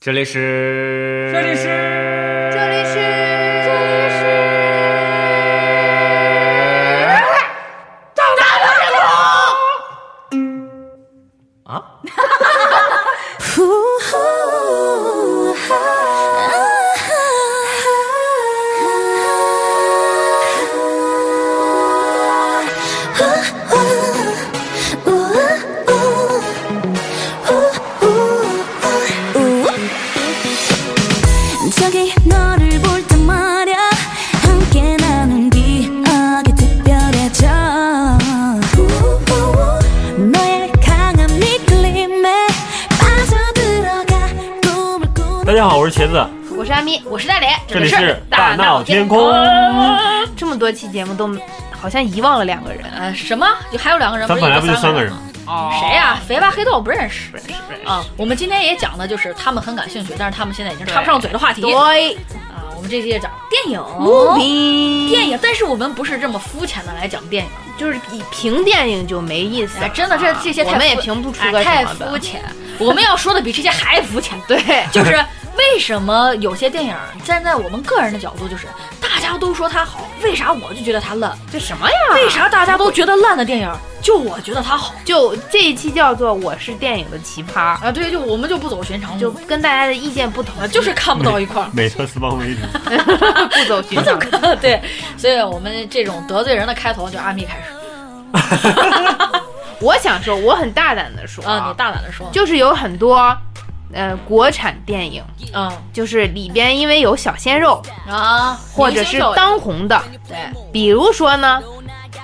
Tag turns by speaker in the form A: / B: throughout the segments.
A: 这里是，
B: 这里是
C: 这里是
A: 啊，
C: 저기 너를 볼 때 말야 함께 나눈 기억이 특별해져 너의 강한 미끌림에 빠져들어가 꿈을 꾸는
D: 大家好，我是茄子，
B: 我是阿咪，我是大脸，
D: 这里是大闹天空。
B: 这么多期节目都好像遗忘了两个人，
E: 呃，什么？就还有两个人？
D: 咱本来不就三个人
E: 吗？
D: 吗？
E: 谁呀、肥八黑豆不认识。啊，我们今天也讲的就是他们很感兴趣，但是他们现在已经插不上嘴的话题。啊，
B: 对
E: 我们这期也讲电影，
B: ，movie
E: 哦电影，但是我们不是这么肤浅的来讲电影。
B: 就是以评电影就没意思了
E: 哎，真的，这这些
B: 我
E: 太
B: 们也
E: 肤
B: 评不出
E: 哎
B: 个
E: 太
B: 什么
E: 肤
B: 的。
E: 浅。我们要说的比这些还肤 浅。
B: 对，
E: 就是为什么有些电影站在我们个人的角度，就是大家都说它好，为啥我就觉得它烂？
B: 这什么呀？为
E: 为啥大家都觉得烂的电影，就我觉得它好
B: 就这一期叫做《我是电影的奇葩》，
E: 啊？对，就我们就不走寻常路，
B: 就跟大家的意见不同，
E: 啊， 就是看不到
D: 嗯
E: 一块儿。
D: 美特斯邦威主，
B: 不 走寻常路。
E: 对，所以我们这种得罪人的开头就阿咪开始
B: 我想说，我很大胆的说
E: 啊，你大胆的说，
B: 就是有很多，呃，国产电影，
E: 嗯
B: 就是里边因为有小鲜肉
E: 啊，
B: 或者是
E: 明星效应
B: 当红的，
E: 对啊
B: 比如说呢，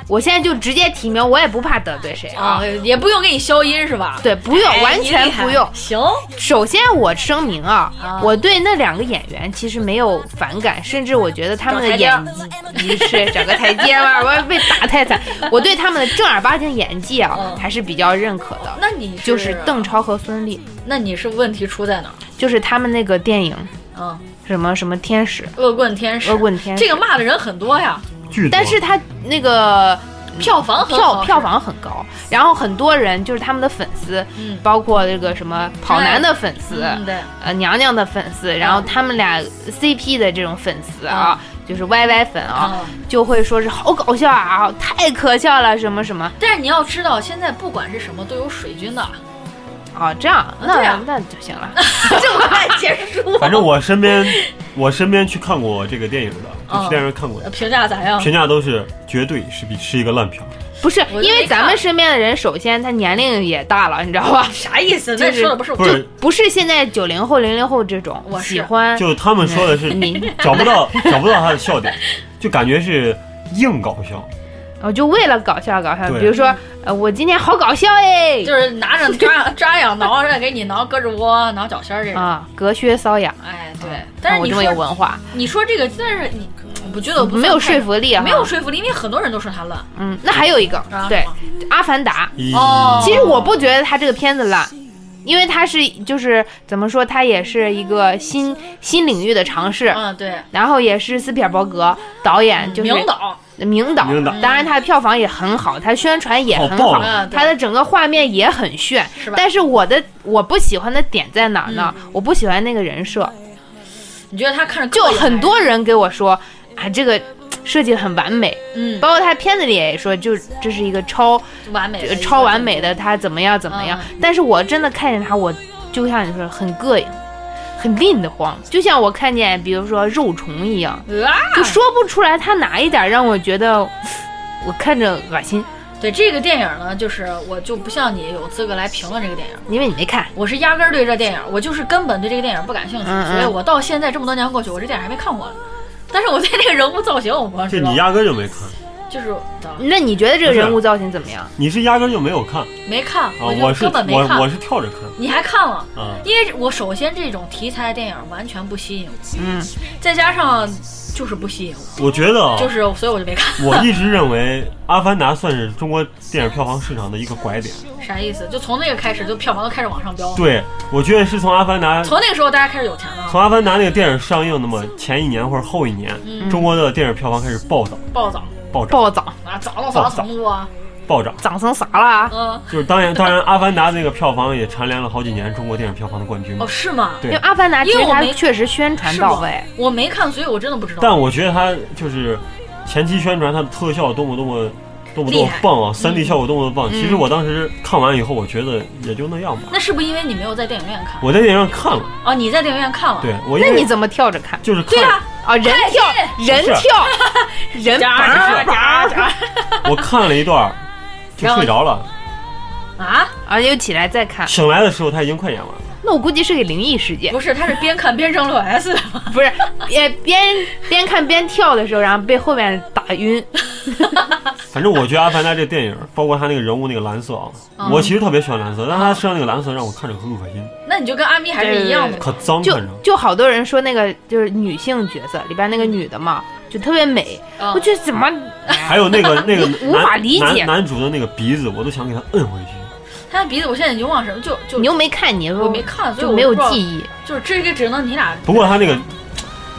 B: 我现在就直接提名，我也不怕得罪谁啊
E: 啊，。也不用给你消音是吧？
B: 对，不用，
E: 哎，
B: 完
E: 你
B: 全
E: 厉害
B: 不用。
E: 行，
B: 首先，我声明啊
E: 啊，
B: 我对那两个演员其实没有反感，甚至我觉得他们的演技是找个台阶吧， 我也被打太惨。我对他们的正儿八经演技啊
E: 嗯，
B: 还是比较认可的，
E: 那你啊
B: 就是，邓超和孙俪，
E: 那你是问题出在哪儿？
B: 就是他们那个电影
E: 嗯，
B: 什么什么天使，
E: 恶棍天使，
B: 恶棍天使
E: 这个骂的人很多呀，
D: 巨多
B: 但是他那个
E: 票房很
B: 嗯票
E: 好，
B: 票房很高，然后很多人就是他们的粉丝，
E: 嗯
B: 包括这个什么跑男的粉丝，
E: 嗯对，嗯
B: 呃娘娘的粉丝，然后他们俩 CP 的这种粉丝啊，就是 YY 粉啊，
E: 嗯
B: 就会说是好搞笑啊，太可笑了什么什么
E: 但是你要知道，现在不管是什么都有水军的，
B: 啊，这样那、
E: 对啊
B: 那就行 了。
E: 这么快结束？
D: 反正我身边，我身边去看过这个电影的，就去电影院看过的，
E: 评价咋样？
D: 评价都是绝对是比是一个烂片儿。
B: 不是
E: 我就
B: 因为
E: 没看
B: 咱们身边的人，首先他年龄也大了，你知道吧？
E: 啥意思？
B: 就
E: 那
B: 是
E: 说的不是我
D: 不是，
B: 不是现在九零后、零零后这种
E: 我是
B: 喜欢
D: 就是他们说的是
B: 你，
D: 找不到找不到他的笑点，就感觉是硬搞笑。
B: 我就为了搞笑搞笑。
D: 对
B: 比如说，呃，我今天好搞笑哎，
E: 就是拿着抓抓痒挠着给你挠胳肢窝、挠脚心儿这种。
B: 啊，隔靴搔痒。
E: 哎，
B: 啊
E: 对，但是
B: 我
E: 你
B: 这么有
E: 说
B: 文化，
E: 你说这个，但是你我觉得我不算
B: 没有
E: 太
B: 说服力啊，
E: 没有说服力，因为很多人都说他烂。
B: 嗯，那还有一个
E: 啊
B: 对
E: 什么
B: 《阿凡达
D: 咦
E: 哦》，
B: 其实我不觉得他这个片子烂。因为他是就是怎么说，他也是一个新新领域的尝试，
E: 嗯，对，
B: 然后也是斯皮尔伯格导演，就是
D: 啊
E: 明导，
B: 名导，
D: 名导
B: 当然它的票房也很好，它宣传也很
D: 好
B: 好
D: 爆
E: 啊，对
B: 它的整个画面也很炫
E: 是吧。
B: 但是嗯我的我不喜欢的点在哪儿呢？我不喜欢那个人设，
E: 你觉得他看着
B: 就
E: 膈应
B: 很，多人给我说啊，这个设计得很完美，
E: 嗯，
B: 包括他片子里也说，就这是一个超
E: 完美的一个，
B: 呃超完美的他怎么样怎么样
E: 嗯。
B: 但是我真的看见他，我就像你说的，很膈应，很膈得慌，
E: 嗯
B: 就像我看见比如说肉虫一样。
E: 啊，
B: 就说不出来他哪一点让我觉得我看着恶心，
E: 对这个电影呢，就是我就不像你有资格来评论这个电影。
B: 因为你没看。
E: 我是压根儿对这电影，我就是根本对这个电影不感兴趣，
B: 嗯嗯
E: 所以我到现在这么多年过去，我这电影还没看过呢。但是我对这个人物造型，我不
D: 这
E: 知道
D: 你，压根儿就没看，
E: 就是
B: 那你觉得这个人物造型怎么样？
D: 你是压根儿就没有看啊！
E: 没看，
D: 我
E: 就是根本没
D: 我
E: 看。嗯
D: 我是跳着看
E: 你还看了？
D: 啊。
E: 因为我首先这种题材的电影完全不吸引我，
B: 嗯，
E: 再加上就是不吸引我，
D: 我觉得啊，
E: 就是 所以我就没看。
D: 我一直认为《阿凡达》算是中国电影票房市场的一个拐点。
E: 啥意思？就从那个开始，就票房都开始往上飙。
D: 对，我觉得是从《阿凡达》
E: 从那个时候，大家开始有钱了，
D: 从《阿凡达》那个电影上映，那么前一年或者后
E: 嗯
D: 一年，中国的电影票房开始暴涨
E: 暴涨
D: 暴涨。
B: 暴涨，
E: 啊，涨了涨了涨了啊！
D: 暴涨。
B: 涨成啥了？
E: 嗯，
D: 就是当然，当然，《阿凡达》那个票房也蝉联了好几年中国电影票房的冠军嘛
E: 哦，。是吗？
D: 对
B: 因为《阿凡达》其
E: 因为
B: 实
E: 我
B: 它
E: 没
B: 确实宣传
E: 是
B: 到
E: 吗
B: 位，
E: 我没看，所以我真的不知道。
D: 但我觉得它就是前期宣传它的特效多么多么多么多
E: 厉
D: 么
E: 害
D: 棒啊，三 D 效果多么的棒。
B: 嗯
D: 其实我当时看完以后，我觉得也就那样吧。
E: 那是不是因为你没有在电影院看？
D: 我在电影院看了，
E: 哦，你在电影院看了。
D: 对我因
B: 那
D: 为
B: 你怎么跳着看
D: 就是
E: 对
D: 看，
E: 啊，
B: 啊？人跳，人
D: 不是
B: 跳，人
E: 夹夹夹夹
D: 我看了一段儿就
E: 然后
D: 睡着了，
E: 啊，
B: 啊，又起来再看。
D: 醒来的时候它已经快演完了。
B: 那我估计是给灵异事件，
E: 不是，他是边看边扔了 S 的吗？
B: 不是，也边边看边跳的时候，然后被后面打晕。
D: 反正我觉得《阿凡达》这电影，包括他那个人物那个蓝色啊，我其实特别喜欢蓝色，但他身上那个蓝色让我看着很恶心，
E: 那你就跟阿咪还是一样的嘛。
D: 可脏
B: 就
D: 看着。
B: 就好多人说那个就是女性角色里边那个女的嘛，就特别美，
E: 嗯
B: 我觉得怎么
D: 还有那个那个
B: 无法
D: 男
B: 理解
D: 男男主的那个鼻子，我都想给他摁回去。
E: 他的鼻子，我现在已经忘什么，就就
B: 你又没看，你
E: 我没看，所以
B: 就
E: 我
B: 没有
E: 不知道嗯
B: 记，忆。
E: 就是这个只能你俩
D: 不过他那个《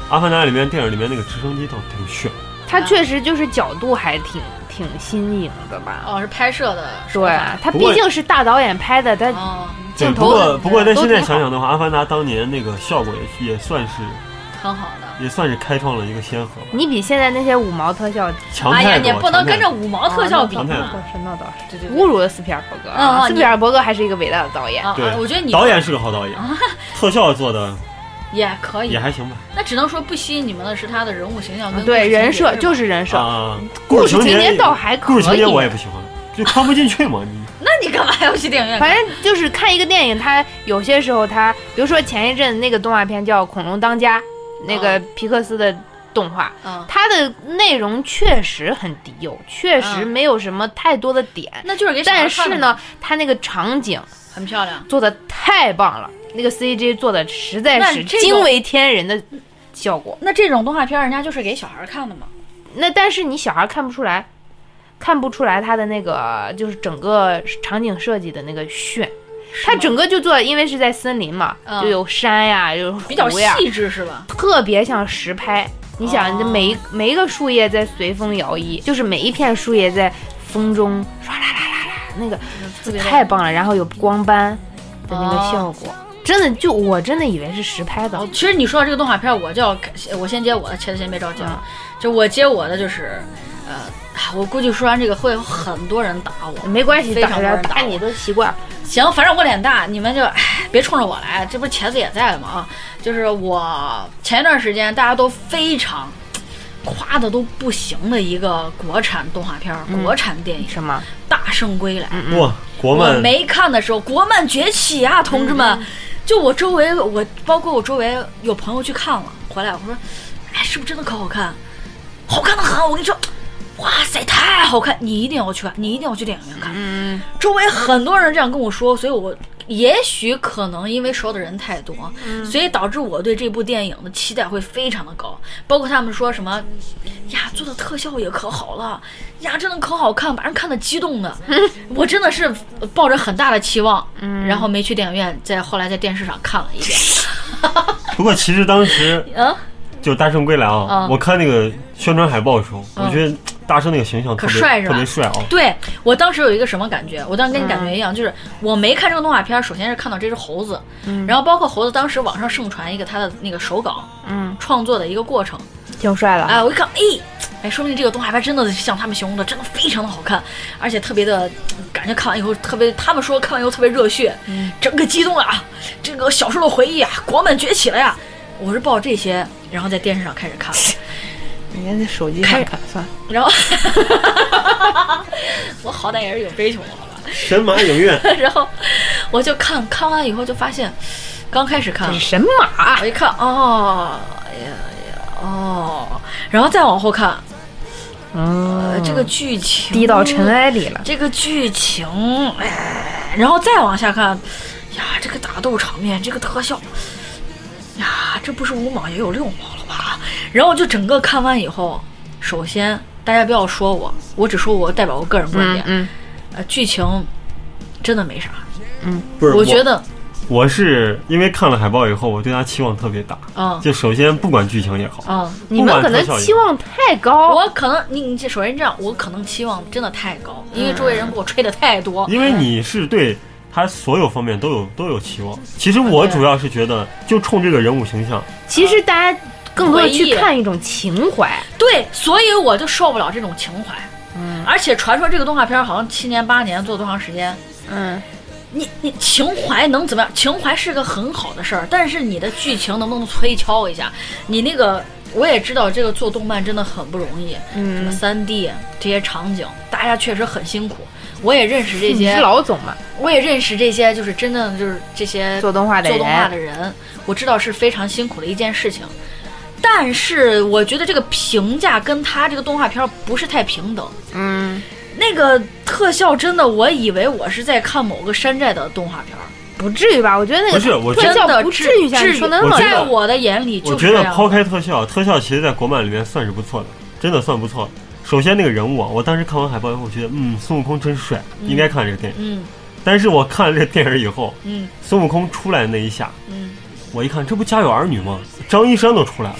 D: 阿凡达》里面电影里面那个直升机倒挺炫，
B: 它确实就是角度还挺挺新颖的吧？
E: 哦是拍摄的手
B: 对
E: 法，
B: 它
D: 不
B: 毕
D: 过
B: 竟是大导演拍的，它
E: 哦，
D: 对。
B: 镜
D: 不
B: 头
D: 过不过在
B: 都
D: 现在
B: 挺好
D: 想想的话，《阿凡达》当年那个效果也也算是
E: 很好的。
D: 也算是开创了一个先河吧，
B: 你比现在那些五毛特效
D: 强
E: 哎呀，
D: 太
E: 你
D: 多。
E: 不能
D: 强太
E: 跟着
D: 多
E: 五毛特效比
D: 常态
B: 那
D: 了
E: 嘛。
B: 倒是那倒是
E: 对对对
B: 侮辱了斯皮尔伯格
E: 嗯
B: 啊！
E: 嗯
B: 斯皮尔伯格还是一个伟大的导演，
E: 啊，啊
D: 对，
E: 我觉得你
D: 导演是个好导演，特效做的
E: 也可以
D: 也，还行吧。
E: 那只能说不吸引你们的是他的人物形象跟
B: 啊对
E: 故事情节
B: 人设
E: 吧
B: 就是人设，
D: 啊，
B: 故
D: 事
B: 事
D: 情
B: 情
D: 节
B: 节倒
E: 啊
B: 还可以
D: 故事情节我也不喜欢，就看不进去嘛。你
E: 那你干嘛要去电影院看？
B: 反正就是看一个电影，它有些时候它，比如说前一阵那个动画片叫《恐龙当家》，那个皮克斯的动画，
E: 嗯，
B: 它的内容确实很低幼，确实
E: 嗯
B: 没有什么太多的点，
E: 那就是给小孩
B: 但
E: 看
B: 是
E: 的嘛，
B: 呢，它那个场景
E: 很漂亮。
B: 做的太棒了，那个 CG 做的实在
E: 那
B: 是
E: 这种
B: 惊为天人的效果。
E: 那这种动画片，人家就是给小孩看的嘛。
B: 那但是你小孩看不出来，看不出来他的那个就是整个场景设计的那个炫，他整个就做，因为是在森林嘛，
E: 嗯
B: 就有山呀，有
E: 比较
B: 湖呀，
E: 细哦致是吧？
B: 特别像实拍。你想，这每一每一个树叶在随风摇曳，就是每一片树叶在风中唰啦啦啦啦，那个
E: 嗯特别
B: 太棒了。然后有光斑的那个效果，真的就我真的以为是实拍的
E: 哦，，其实你说到这个动画片，我就要我先接我的，茄子先别着急啊。就我接我的就是，呃，我估计说完这个会有很多人打我。
B: 没关系，
E: 非常
B: 打
E: 多人打
B: 打
E: 我
B: 你都习惯了。
E: 行，反正我脸大，你们就唉别冲着我来，这不是茄子也在了吗？啊，就是我前一段时间大家都非常。夸的都不行的一个国产动画片儿、国产电影《
B: 什么？
E: 大圣归来》，
D: 哇，嗯国
E: 嗯我
D: 漫
E: 没看的时候，国漫崛起啊，同志们！就我周围，我包括我周围有朋友去看了，回来我说，哎，是不是真的可好看？好看的很，我跟你说，哇塞，太好看！你一定要去看，你一定要去电影院看。
B: 嗯，
E: 周围很多人这样跟我说，所以我也许可能因为说的人太多，所以导致我对这部电影的期待会非常的高。包括他们说什么呀，做的特效也可好了，呀，真的可好看，把人看得激动的。我真的是抱着很大的期望，然后没去电影院，在后来在电视上看了一遍。
D: 不过其实当时
E: 嗯，
D: 就《大圣归来》啊，
E: 嗯
D: 我看那个宣传海报的时候，
E: 嗯
D: 我觉得大圣那个形象特
E: 可
D: 别
E: 帅是吧
D: 特别帅啊。
E: 对我当时有一个什么感觉？我当时跟你感觉一样，就是我没看这个动画片儿，首先是看到这只猴子，然后包括猴子当时网上盛传一个他的那个手稿，
B: 嗯，
E: 创作的一个过程。
B: 挺帅的。
E: 哎，我一看，哎，哎，说明这个动画片真的是像他们形容的，真的非常的好看，而且特别的，感觉看完以后特别，他们说看完以后特别热血，
B: 嗯
E: 整个激动啊，这个小时候的回忆啊，国漫崛起了呀！我是抱着这些，然后在电视上开始看，
B: 你看那手机
E: 开
B: 上
E: 始
B: 看算了。
E: 然后 我好歹也是有追求的，好吧？
D: 神马影 院
E: 然后我就看看完以后就发现，刚开始看
B: 这是神马
E: 我一看，哦，哎呀哎呀，哦，然后再往后看，呃，
B: 嗯
E: 这个剧情
B: 低到尘，埃里了。
E: 这个剧情，哎，然后再往下看，呀，这个打斗场面，这个特效，呀，这不是五毛也有六毛了吧？然后就整个看完以后，首先大家不要说我，我只说我代表我个人观点，
B: 嗯
E: 呃，剧情真的没啥，
D: 不是
E: 我觉得
D: 我是因为看了海报以后，我对它期望特别大。
E: 嗯
D: 就首先不管剧情也好，
E: 嗯，
B: 你们可能期望太高，
E: 我可能你你首先这样，我可能期望真的太高，因为周围人给我吹的太多。
B: 嗯
D: 因为你是对它所有方面都有都有期望。其实
E: 啊
D: 我主要是觉得，就冲这个人物形象，
B: 其实大家更多的
E: 回
B: 去
E: 忆
B: 看一种情怀。
E: 对，所以我就受不了这种情怀。嗯，而且传说这个动画片好像七年八年做多长时间，
B: 嗯，
E: 你你情怀能怎么样？情怀是个很好的事儿，但是你的剧情能不能推敲一下？你那个我也知道，这个做动漫真的很不容易，
B: 嗯
E: 什么三 D 啊这些场景，大家确实很辛苦。我也认识这
B: 你
E: 些
B: 是，嗯老总嘛，
E: 我也认识这些，就是真的就是这些
B: 做动画的
E: 做动画的
B: 人，
E: 人，我知道是非常辛苦的一件事情。但是我觉得这个评价跟他这个动画片儿不是太平等。
B: 嗯，
E: 那个特效真的，我以为我是在看某个山寨的动画片儿，
B: 不至于吧？我觉得那
D: 不是
B: 个
D: 我
B: 特
D: 觉
E: 真
B: 效
E: 的
B: 不
E: 至
B: 至于像你说的那
D: 我
B: 么
D: 觉得
E: 在我的眼里
D: 我
E: 就是
D: 觉
E: 这
D: 得
E: 样。
D: 抛开特效，特效其实在国漫里面算是不错的，真的算不错的。首先那个人物啊，我当时看完海报以后，我觉得嗯，孙悟空真帅，应该看这个电影。
E: 嗯
D: 但是我看了这个电影以后，
E: 嗯
D: 孙悟空出来那一下，
E: 嗯，
D: 我一看，这不《家有儿女》吗？张一山都出 来了，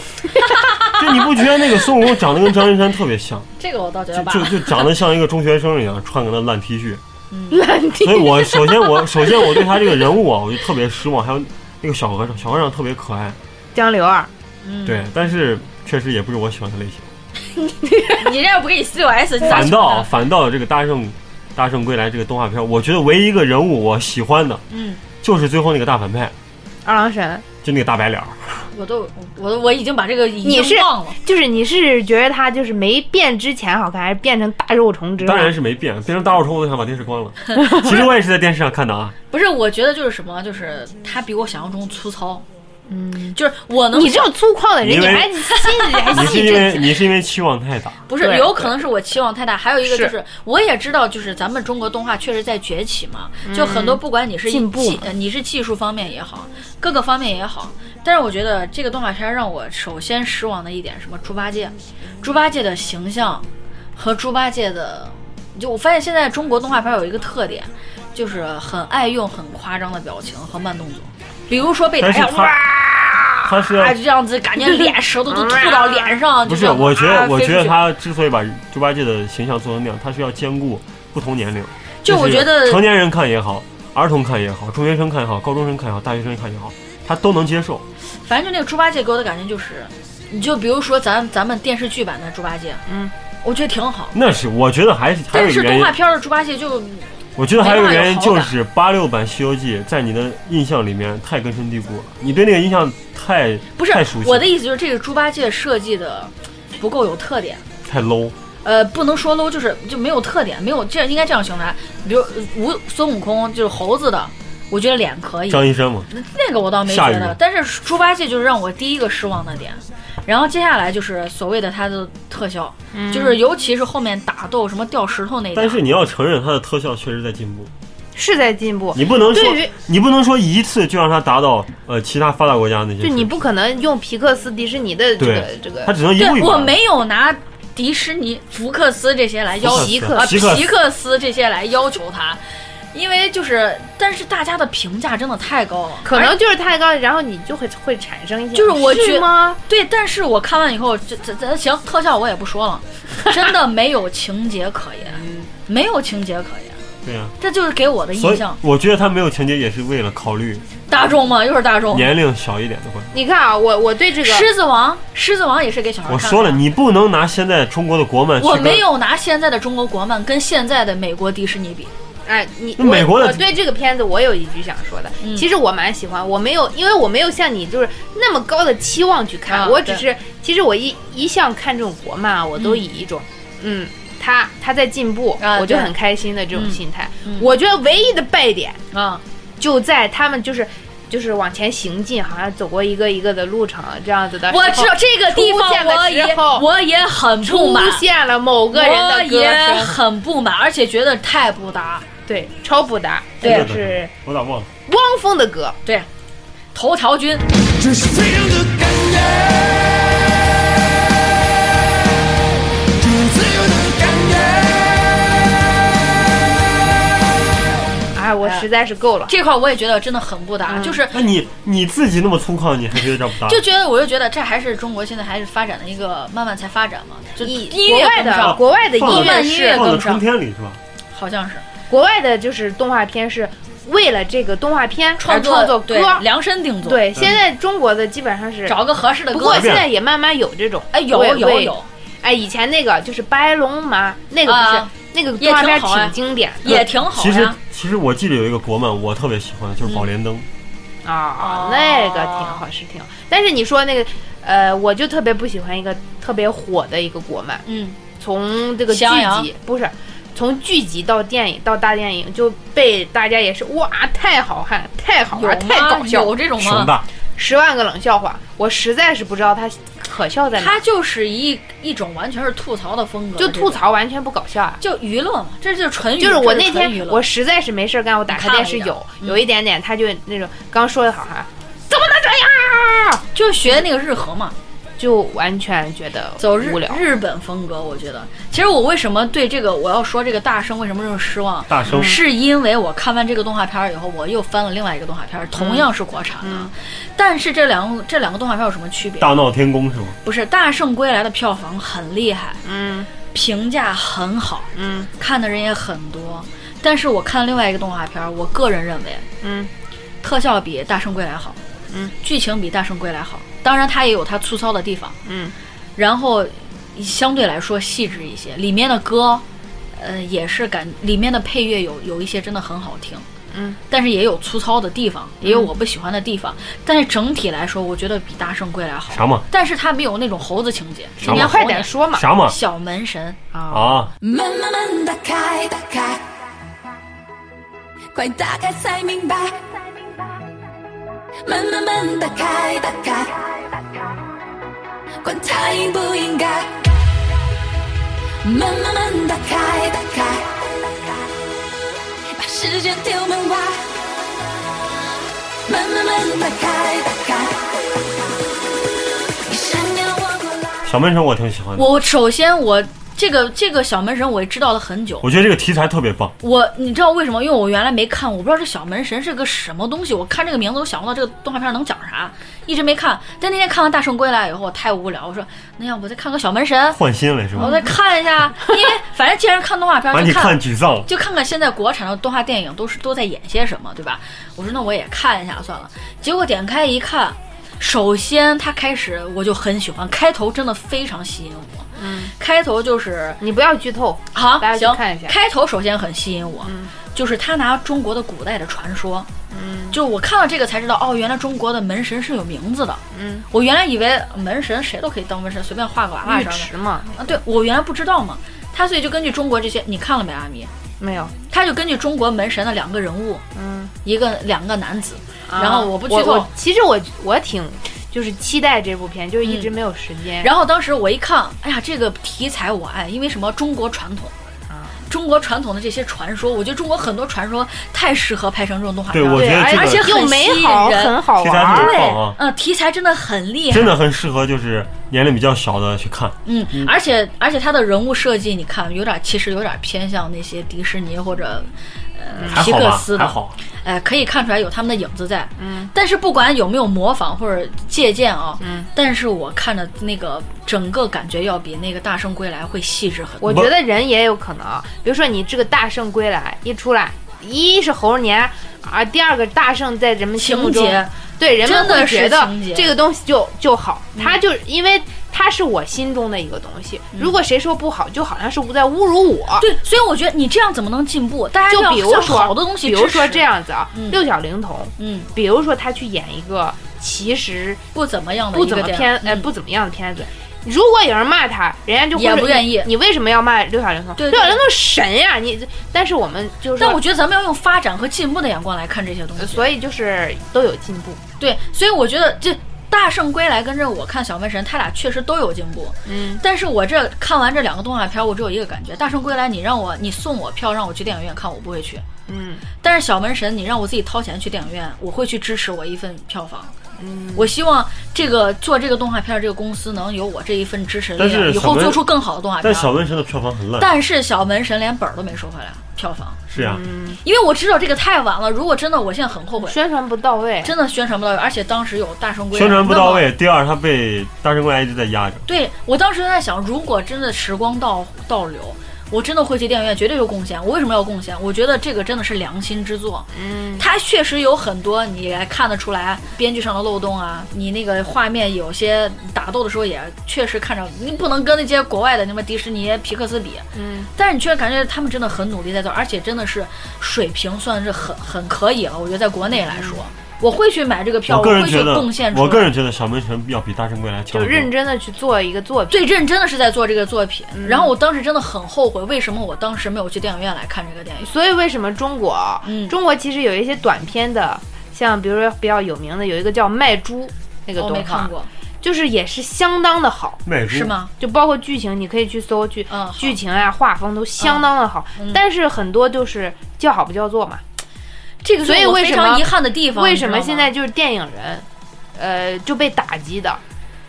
D: 就你不觉得那个孙悟空长得跟张一山特别像，
E: 这个我倒觉
D: 就
E: 得吧，
D: 就就长得像一个中学生一样，穿个那烂 T 恤。
E: 嗯
B: 烂地
D: 所以我首先我首先我对他这个人物啊，我就特别失望。还有那个小和尚，小和尚特别可爱，
B: 江流儿，
E: 嗯
D: 对，但是确实也不是我喜欢的类型。
E: 你这样不给你 COS，你咋
D: 反
E: 想
D: 倒
E: 的
D: 反倒这个大圣大圣归来这个动画片，我觉得唯一一个人物我喜欢的
E: 嗯，
D: 就是最后那个大反派，
B: 二郎神，
D: 就那个大白脸儿。
E: 我都我都我已经把这个已
B: 你是
E: 经忘了。
B: 就是你是觉得他就是没变之前好看，还是变成大肉虫之后？
D: 当然是没变，变成大肉虫我都想把电视 关了。其实我也是在电视上看的啊，
E: 不是，我觉得就是什么，就是他比我想象中粗糙。嗯，就是我能
B: 你这种粗犷的人，
D: 因
B: 你
D: 为
B: 还心里还
D: 你是
B: 细
D: 因
B: 致。
D: 为你是因为期望太大，
E: 不是，
B: 对
E: 有可能是我期望太大。还有一个就是是，我也知道，就是咱们中国动画确实在崛起嘛，
D: 嗯
E: 就很多不管你是
B: 进步
E: 技
B: 嘛
E: 呃你是技术方面也好，各个方面也好。但是我觉得这个动画片让我首先失望的一点，什么猪八戒，猪八戒的形象和猪八戒的，就我发现现在中国动画片有一个特点，就是很爱用很夸张的表情和慢动作，比如说被打
D: 但是
E: 哎呀，
D: 他
E: 哇，
D: 他是要
E: 就这样子，感觉 脸舌头都吐到脸上，
D: 不？
E: 就是这样
D: 我觉
E: 啊
D: 得我
E: 飞出
D: 觉得
E: 去
D: 他之所以把猪八戒的形象做成那样，他是要兼顾不同年龄，
E: 就我
D: 是
E: 觉得
D: 成年人看也好，儿童看也好，中学生看也好，高中生看也好，大学生看也好，他都能接受。
E: 反正就那个猪八戒给我的感觉就是，你就比如说咱咱们电视剧版的猪八戒，
B: 嗯，
E: 我觉得挺好。
D: 那是我觉得还是还有
E: 但
D: 一个
E: 是
D: 原
E: 动
D: 因
E: 画，片的猪八戒就
D: 我觉得还有一个原因
E: 没法有好
D: 就
E: 感
D: 是八六版《西游记》在你的印象里面太根深蒂固了，你对那个印象太
E: 不是
D: 太熟悉了，
E: 我的意思，就是这个猪八戒设计的不够有特点。
D: 太 low。
E: 呃，不能说 low，就是就没有特点，没有这应该这样形容它。比如呃吴孙悟空就是猴子的，我觉得脸可以，
D: 张一山嘛，
E: 那个我倒没觉
D: 下雨
E: 得。但是猪八戒就是让我第一个失望的点。然后接下来就是所谓的它的特效，就是尤其是后面打斗什么掉石头那一点
D: 嗯但是你要承认他的特效确实在进步，
B: 是在进步，
D: 你不能说
B: 对于
D: 你不能说一次就让他达到呃其他发达国家那些
B: 就
D: 水平，
B: 你不可能用皮克斯、迪士尼的这个
D: 对
B: 这
D: 他
B: 个
D: 只能一步
E: 对，
D: 一步
E: 我
D: 来
E: 没有拿迪士尼、福克斯这些来要
D: 福克
E: 求，
D: 斯
B: 皮克
E: 啊，
D: 皮
E: 皮
D: 克斯
E: 克斯这些来要求他，因为就是，但是大家的评价真的太高了，
B: 可
E: 而
B: 能就是太高，然后你就会会产生一些，
E: 就是我觉
B: 是吗？
E: 对，但是我看完以后，这这这行特效我也不 说了，真的没有情节可言，
B: 嗯
E: 没有情节可言，
D: 对呀、
E: 这就是给我的
D: 所
E: 印
D: 以
E: 象。
D: 我觉得他没有情节也是为了考虑
E: 大众嘛，又是大众。
D: 年龄小一点的观众。
B: 你看啊，我我对这个
E: 狮子王，狮子王也是给小孩看
D: 我
E: 的。
D: 说了，你不能拿现在中国的国漫去
E: 我
D: 跟
E: 没，有拿现在的中国国漫跟现在的美国迪士尼比。
B: 哎，你
D: 那美
B: 我
D: 国的
B: 我对这个片子我有一句想说的，
E: 嗯
B: 其实我蛮喜欢，我没有，因为我没有像你就是那么高的期望去看，
E: 啊
B: 我只是其实我一一向看这种国漫啊，我都以一种嗯。他他在进步，
E: 啊
B: 我就
E: 对
B: 很开心的这种
E: 嗯
B: 心态。
E: 嗯
B: 我觉得唯一的败点
E: 啊，
B: 就在他们就是就是往前行进，好像走过一个一个的路程啊这样子的时候。
E: 我知道这个地方我
B: 出现的时
E: 也
B: 候
E: 我也很不
B: 出
E: 满，
B: 现了某个人
E: 我
B: 的歌
E: 也
B: 声，
E: 很不满，而且觉得太不搭。
B: 对，超不搭，
E: 对
B: 这是
D: 我咋忘了？
B: 汪峰的歌。
E: 对，头条君，
F: 这是怎样的感觉？这自由的感觉。
B: 哎，我实在是够了。
E: 这块儿我也觉得真的很不搭，就是
D: 那你你自己那么粗犷，你还觉得这不搭？
E: 就觉得我就觉得这还是中国现在还是发展的一个慢慢才发展嘛，就音
B: 国
E: 乐
B: 外
E: 跟不
B: 的
E: 上，
B: 国外的
D: 放
B: 音
D: 到
B: 乐
E: 音乐
B: 是
D: 放到
E: 跟不上
D: 春天里是吧？
E: 好像是
B: 国外的，就是动画片是为了这个动画片而
E: 创
B: 创作歌
E: 对。量身定做，，
B: 对，现在中国的基本上是，
E: 找个合适的
B: 不
E: 歌
B: 过
D: 随
B: 现
D: 便
B: 在也慢慢有这种。
E: 哎，有
B: 我也
E: 有
B: 会
E: 有，
B: 哎，以前那个就是白龙马，那个不是
E: 啊
B: 那个
E: 也
B: 动画片
E: 挺好哎
B: 挺经典
E: 也挺好啊
D: 其实
E: 呀。
D: 其实我记得有一个国漫我特别喜欢，就是《宝莲
E: 嗯
D: 灯》
B: 啊，
E: 哦
B: 那个挺好是挺好。但是你说那个，呃，我就特别不喜欢一个特别火的一个国漫，
E: 嗯，
B: 从这个剧
E: 襄阳
B: 集不是，从剧集到电影到大电影就被大家也是哇，太好看，太好
E: 有吗
B: 玩，太搞笑
E: 有，这种
D: 熊
E: 吗？
D: 大，
B: 十万个冷笑话，我实在是不知道它可笑在哪，
E: 它就是一一种完全是吐槽的风格，
B: 就吐，槽完全不搞笑啊。
E: 就娱乐嘛，这就是纯娱，
B: 就是我
E: 这
B: 那
E: 纯
B: 天
E: 娱乐
B: 我实在是没事儿干，我打开
E: 你看了
B: 电
E: 一
B: 视
E: 点
B: 有
E: 嗯
B: 有一点点，他就那种刚说的好哈，
E: 就学那个日和嘛，
B: 啊就完全觉得
E: 走日
B: 无聊。
E: 日本风格，我觉得。其实我为什么对这个我要说这个大圣为什么这么失望？
D: 大圣
E: 是因为我看完这个动画片儿以后，我又翻了另外一个动画片儿，同样是国产的，但是这两个这两个动画片儿有什么区别？
D: 大闹天宫是吗？
E: 不是《大圣归来》的票房很厉害，
B: 嗯
E: 评价很好，
B: 嗯
E: 看的人也很多。但是我看另外一个动画片儿，我个人认为
B: 嗯
E: 特效比《大圣归来》好，
B: 嗯，
E: 剧情比《大圣归来》好。当然，它也有它粗糙的地方，
B: 嗯，
E: 然后相对来说细致一些，里面的歌，呃，也是感里面的配乐有有一些真的很好听，
B: 嗯，
E: 但是也有粗糙的地方，也有我不喜欢的地方，但是整体来说，我觉得比《大圣归来》好。
D: 啥嘛？
E: 但是它没有那种猴子情节，
D: 啥
B: 你
E: 里面
B: 要
D: 嘛
B: 快
E: 猴
B: 点
E: 年
B: 说嘛
D: 啥嘛？
E: 小门神，
B: 啊！
D: 啊，
F: 慢慢慢打开，打开，快打开才明白。慢慢慢打开，打开，管它应不应该。慢慢慢打开，打开，把时间丢门外。慢慢慢打开，打开，一闪要望过来。
D: 小门神我挺喜欢的，
E: 我首先我这个这个小门神我也知道了很久，
D: 我觉得这个题材特别棒。
E: 我你知道为什么？因为我原来没看，我不知道这小门神是个什么东西。我看这个名字，我想不到这个动画片能讲啥，一直没看。但那天看完《大圣归来》以后，我太无聊，我说那要不再看个小门神，
D: 换新了是吧
E: 我？再看一下。因为反正既然看动画片，
D: 把你
E: 就
D: 看沮丧了。
E: 就看看现在国产的动画电影都是都在演些什么，对吧？我说那我也看一下算了。结果点开一看，首先它开始我就很喜欢，开头真的非常吸引我。嗯，开头就是
B: 你不要剧透，
E: 好，
B: 大家去
E: 行，
B: 看一下嗯
E: 开头首先很吸引我，就是他拿中国的古代的传说，嗯，就我看了这个才知道，哦，原来中国的门神是有名字的，
B: 嗯，
E: 我原来以为门神谁都可以当门神，随便画个娃娃
B: 尉
E: 啥
B: 迟
E: 的，
B: 嘛，
E: 啊，对我原来不知道嘛，他所以就根据中国这些，你看了没，阿咪？
B: 没有。
E: 他就根据中国门神的两个人物，
B: 嗯，
E: 一个两个男子，然
B: 啊
E: 后我不剧
B: 我
E: 透
B: 我，其实我我挺就是期待这部片，就是一直没有时间。
E: 然后当时我一看，哎呀，这个题材我爱，因为什么？中国传统。
B: 啊
E: 中国传统的这些传说，我觉得中国很多传说太适合拍成这种动画片
D: 对
E: 了。
D: 我觉得
B: 对，
D: 这个
B: 而且
E: 而且
B: 又
E: 很
B: 美
E: 吸引
B: 好，
E: 人
B: 很好
D: 题材特
B: 玩。哎
D: 别
E: 对
D: 棒啊，
E: 嗯，题材真的很厉害
D: 真，的很适合就是年龄比较小的去看。
E: 嗯，而且而且他的人物设计，你看有点其实有点偏向那些迪士尼或者
D: 还
E: 呃皮
D: 好
E: 克
D: 吧
E: 斯，
D: 还
E: 的，
D: 好。
E: 哎、可以看出来有他们的影子在。嗯，但是不管有没有模仿或者借鉴啊，嗯，但是我看着那个整个感觉要比那个《大圣归来》会细致很多。
B: 我觉得人也有可能，比如说你这个大圣归来一出来，一是猴年，啊，第二个大圣在人们心目中
E: 情节，
B: 对人们
E: 真的
B: 会
E: 是
B: 觉得
E: 情节
B: 这个东西就就好，它就因为它是我心中的一个东西，
E: 嗯
B: 如果谁说不好，就好像是在侮辱我。
E: 对，所以我觉得你这样怎么能进步？大家
B: 就
E: 要
B: 比如
E: 向
B: 说
E: 好的东西，
B: 比如说这，样子啊，
E: 嗯
B: 六小龄童，
E: 嗯，
B: 比如说他去演一个其实
E: 不怎么样的
B: 不
E: 一
B: 怎
E: 个
B: 么
E: 点，
B: 偏呃
E: 嗯
B: 不怎么样的片子。如果有人骂他，人家就会
E: 也不
B: 说
E: 愿意
B: 你你为什么要骂六小龄童？
E: 对对
B: 六小龄童神呀、你但是我们就是，
E: 但我觉得咱们要用发展和进步的眼光来看这些东西。
B: 所以就是都有进步。
E: 对，所以我觉得这《大圣归来》跟这我看《小门神》，他俩确实都有进步。
B: 嗯，
E: 但是我这看完这两个动画片，我只有一个感觉，《大圣归来》你让我你送我票让我去电影院看，我不会去；
B: 嗯，
E: 但是《小门神》你让我自己掏钱去电影院，我会去支持我一份票房。
B: 嗯
E: 我希望这个做这个动画片儿这个公司能有我这一份支持
D: 但
E: 力量，
D: 是
E: 以
D: 小
E: 后
D: 文
E: 做出更好的动画片
D: 但
E: 儿。
D: 小文神的票房很烂，
E: 但是小门神连本儿都没收回来，票房，
D: 是呀，
E: 因为我知道这个太晚了。如果真的，我现在很后悔，
B: 宣传不到位，
E: 真的宣传不到位，而且当时有大圣归来，
D: 宣传不到
E: 那么。
D: 位。第二，他被大神怪一直在压着。
E: 对我当时在想，如果真的时光倒倒流，我真的会去电影院，绝对有贡献。我为什么要贡献？我觉得这个真的是良心之作。嗯，它确实有很多你来看得出来编剧上的漏洞啊，你那个画面有些打斗的时候也确实看着，你不能跟那些国外的什么迪士尼、皮克斯比。嗯，但是你却感觉他们真的很努力在做，而且真的是水平算是很很可以了。我觉得在国内来说。我会去买这个票，
D: 我
E: 我
D: 个人
E: 会
D: 觉
E: 去
D: 得
E: 贡献，出来。
D: 我个人觉得小门神要比大圣归来强
B: 就
D: 得多。
B: 认真的去做一个作品。
E: 最认真的是在做这个作品，
B: 嗯
E: 然后我当时真的很后悔，为什么我当时没有去电影院来看这个电影？
B: 所以为什么中国，
E: 嗯
B: 中国其实有一些短片的，像比如说比较有名的有一个叫《卖猪》那个
E: 我哦没
B: 动
E: 看
B: 画，
E: 过，
B: 就是也是相当的好。
D: 卖猪
E: 是？吗？
B: 就包括剧情，你可以去搜剧，
E: 嗯好
B: 剧情啊、画风都相当的好，
E: 嗯
B: 但是很多就是叫好不叫座嘛。
E: 这个是
B: 所以
E: 我
B: 为
E: 非
B: 什么
E: 常遗憾的地方。
B: 为
E: 你知
B: 什
E: 道
B: 么
E: 吗
B: 现在就是电影人，呃，就被打击的？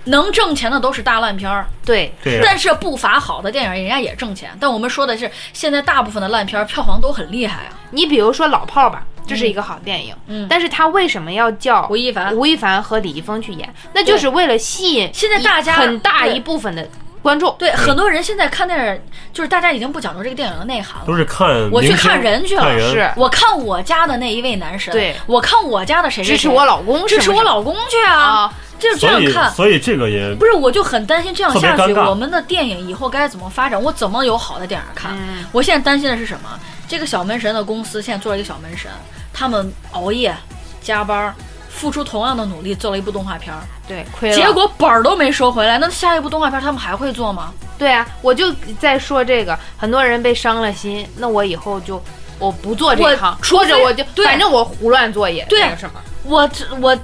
E: 能挣钱的都是大烂片儿？
B: 对，
D: 对呀，
E: 但是不乏好的电影，人家也挣钱。但我们说的是，现在大部分的烂片儿票房都很厉害啊。
B: 你比如说《老炮儿》吧，这是一个好电影，
E: 嗯
B: 但是他为什么要叫
E: 吴亦凡
B: 吴亦凡和李易峰去演？那就是为了吸引
E: 现在
B: 一
E: 大家
B: 很大
E: 对
B: 一部分的观众，
E: 对，很多人现在看电影，就是大家已经不讲究这个电影的内涵了。
D: 都是看
E: 我去
D: 明星
E: 看人去了
D: 看人
B: 是
E: 我看我家的那一位男神，
B: 对
E: 我看我家的谁谁
B: 支持
E: 谁
B: 我老公，
E: 支持我老公去啊
B: 啊，
E: 就是这
D: 所
E: 样
D: 以
E: 看。
D: 所以这个也
E: 不是，我就很担心这样下
D: 特
E: 去，
D: 别尴尬
E: 我们的电影以后该怎么发展？我怎么有好的电影看？
B: 嗯
E: 我现在担心的是什么？这个小门神的公司现在做了一个小门神，他们熬夜加班儿，付出同样的努力做了一部动画片儿，
B: 对，亏了。
E: 结果本儿都没收回来。那下一部动画片儿他们还会做吗？
B: 对啊，我就在说这个，很多人被伤了心，那我以后就我不做这
E: 我
B: 一行，
E: 除
B: 或者
E: 非
B: 我就
E: 对
B: 反正我胡乱做也
E: 对
B: 那个什么，
E: 我我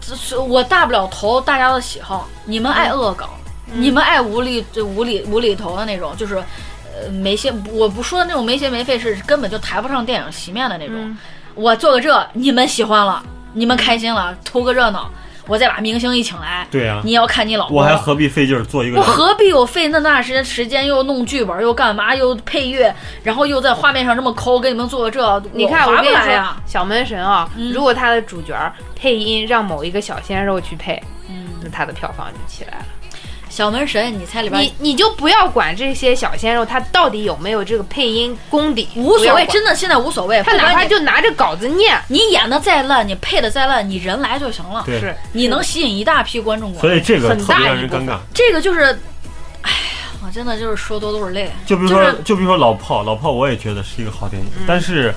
E: 我大不了投大家的喜好，你们爱恶搞，
B: 嗯
E: 你们爱无厘无厘无厘头的那种，就是呃没心，我不说的那种没心没肺，是根本就抬不上电影席面的那种。
B: 嗯
E: 我做个这，你们喜欢了，你们开心了，图个热闹，我再把明星一请来。
D: 对呀
E: 你要看你老公，
D: 啊我还何必费劲儿做一个
E: 我何必我费那那时间时间又弄剧本又干嘛又配乐，然后又在画面上这么抠，给你们做个这，
B: 你看，
E: 我
B: 我
E: 划
B: 跟你
E: 不来
B: 说
E: 呀。，
B: 小门神啊，
E: 嗯
B: 如果他的主角儿配音让某一个小鲜肉去配，
E: 嗯，
B: 那他的票房就起来了。
E: 小门神，你猜里边
B: 你你就不要管这些小鲜肉他到底有没有这个配音功底，
E: 无
B: 不
E: 所
B: 要
E: 谓，
B: 管
E: 真的现在无所谓。
B: 他
E: 不管
B: 哪怕
E: 你
B: 就拿着稿子念，
E: 你演的再烂，你配的再烂，你人来就行了。
D: 对
B: 是
E: 你能吸引一大批观众过
D: 所
E: 来。
D: 以这个
B: 很
D: 特别
B: 大
D: 让
B: 一
D: 人
B: 部
D: 尴
B: 分
D: 尬。
E: 这个就是，哎呀，我真的就是说多都是泪。
D: 就比如
E: 就
D: 说
E: 是，嗯
D: 就比如说老炮，老炮我也觉得是一个好电影，但是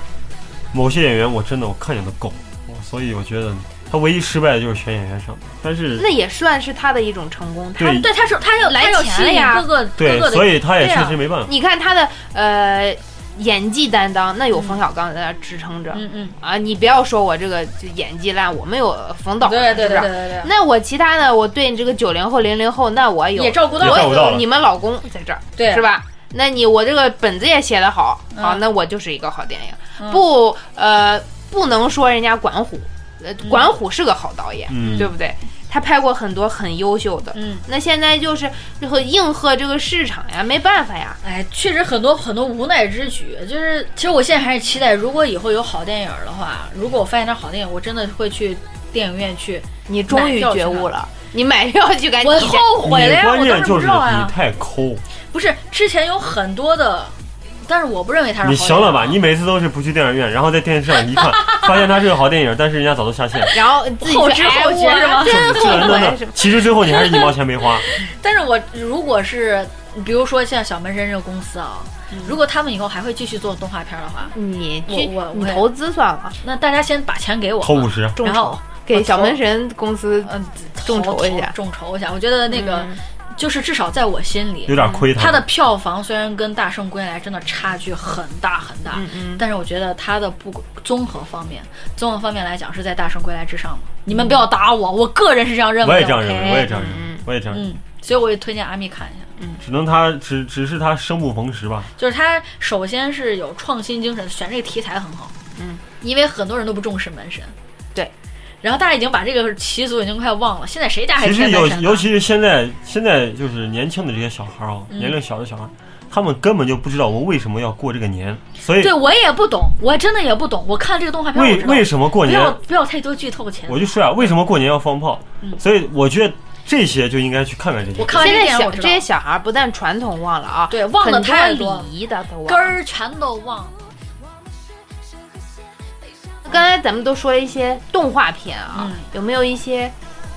D: 某些演员我真的我看见的够，我所以我觉得他唯一失败的就是选演员上面。但是
B: 那也算是他的一种成功。他
D: 对
E: 对，他是他要
B: 来
E: 他要
B: 钱
E: 吸
B: 了
E: 引
B: 呀
E: 各个各
D: 对
E: 个，的，
D: 所以他也
E: 对
D: 确
E: 啊
D: 实没办法。
B: 你看他的呃演技担当，那有冯小刚在那支撑着、
E: 嗯嗯，
B: 啊！你不要说我这个就演技烂，我们有冯导，
E: 对对对
B: 是不
E: 对
B: 是
E: 对
B: 那我其他的，我对你这个九零后、零零后，那我有
E: 对，也照顾到
D: 也
E: 了
D: 照顾到了
B: 你们老公在这儿，
E: 对
B: 是吧？那你我这个本子也写得好，啊
E: 嗯
B: 好，那我就是一个好电影。不，呃，不能说人家管虎，呃，
E: 嗯
B: 管虎是个好导演，
D: 嗯
B: 对不对？他拍过很多很优秀的，
E: 嗯。
B: 那现在就是就是应和这个市场呀，没办法呀。
E: 哎，确实很多很多无奈之举，就是其实我现在还是期待，如果以后有好电影儿的话，如果我发现点好电影，我真的会去电影院去。
B: 你终于觉悟了，哎你买票去赶紧
E: 我
B: 一下。
E: 后悔了
D: 你
E: 呀，
D: 关
E: 我当
D: 键
E: 时
D: 就
E: 不
D: 是
E: 知道
D: 你
E: 呀。
D: 太抠，
E: 不是，之前有很多的，但是我不认为它是好
D: 你
E: 电影
D: 行了吧？你每次都是不去电影院，然后在电视上一 看，发现它是个好电影，但是人家早都下线了。
B: 然后自己
E: 后
B: 去
E: 知
B: 哎
E: 后觉是吗
B: 我真
D: 这真
B: 后悔什
D: 的
B: 么，？
D: 其实最后你还是一毛钱没花。
E: 但是我如果是，比如说像小门神这个公司啊，
B: 嗯
E: 如果他们以后还会继续做动画片儿的话，
B: 你去
E: 我我
B: 你
E: 我也
B: 投资算了，
E: 那大家先把钱给我吧，
D: 投五十，
B: 众
E: 然
B: 筹
E: 后
B: 给
E: 我
B: 小
E: 投
B: 门神公司
E: 嗯，
B: 众
E: 投
B: 筹一下嗯
E: 投众筹一下。我觉得那个、就是至少在我心里
D: 有，点亏他
E: 它
D: 们。
E: 的票房虽然跟《大圣归来》真的差距很大很大，
B: 嗯
E: 但是我觉得它的不综合方面，综合方面来讲是在《大圣归来》之上的。你们不要打我，我个人是这样认
D: 我
E: 为的。
D: 也这样认为，
E: OK？
D: 我也这样认为，我也这样认为。
E: 嗯，所以我也推荐阿密看一下。
D: 只能他只只是他生不逢时吧。
E: 就是他首先是有创新精神，选这个题材很好，嗯，因为很多人都不重视门神，
B: 对，
E: 然后大家已经把这个习俗已经快忘了，现在谁家还
D: 其
E: 贴
D: 实
E: 门
D: 尤
E: 神呢？啊
D: 尤其是现在，现在就是年轻的这些小孩儿啊，
E: 嗯
D: 年龄小的小孩儿，他们根本就不知道我们为什么要过这个年，所以
E: 对我也不懂，我真的也不懂。我看这个动画片，我
D: 为
E: 知道
D: 为什么过
E: 不要
D: 年，
E: 不要太多剧透前。
D: 我就说啊，为什么过年要放炮？所以我觉得这些就应该去看看这些
E: 我。看完
B: 现
E: 这
B: 在
E: 电影，
B: 小
E: 我知
B: 这
E: 道
B: 些小孩不但传统忘了啊，
E: 对忘得太
B: 很
E: 多
B: 礼仪的都忘了
E: 根儿全都忘了。
B: 刚才咱们都说了一些动画片啊，
E: 嗯
B: 有没有一些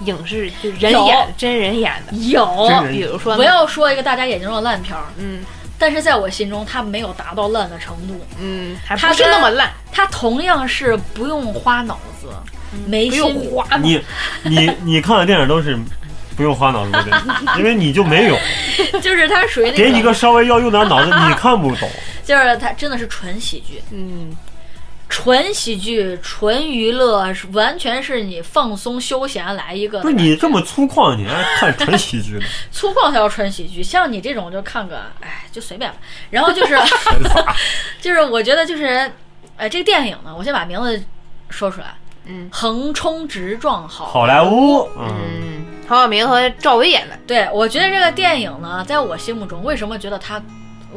B: 影视就人
E: 有
B: 演真人演的？
E: 有，
D: 真人
B: 比如说呢，
E: 不要说一个大家眼中的烂片儿，
B: 嗯
E: 但是在我心中，它没有达到烂的程度。
B: 嗯，还
E: 他
B: 不是
E: 跟
B: 那么烂，
E: 它同样是不用花脑子，没
B: 不
E: 心
B: 用花脑
D: 你你你看的电影都是不用花脑子的， 因为你就没有
E: 就是它属于那
D: 给你个稍微要用点脑子，你看不 懂。
E: 就是它真的是纯喜剧，
B: 嗯，
E: 纯喜剧，纯娱乐，是完全是你放松休闲来一个。
D: 不是你这么粗犷，你还看纯喜剧呢？
E: 粗犷才叫纯喜剧，像你这种就看个，哎，就随便吧。然后就是， 就是我觉得就是，呃，这个电影呢，我先把名字说出来，
B: 嗯
E: 横冲直撞好，
D: 好莱坞，嗯，
B: 嗯，黄晓明和赵薇演的，
E: 对，我觉得这个电影呢，在我心目中，为什么觉得它，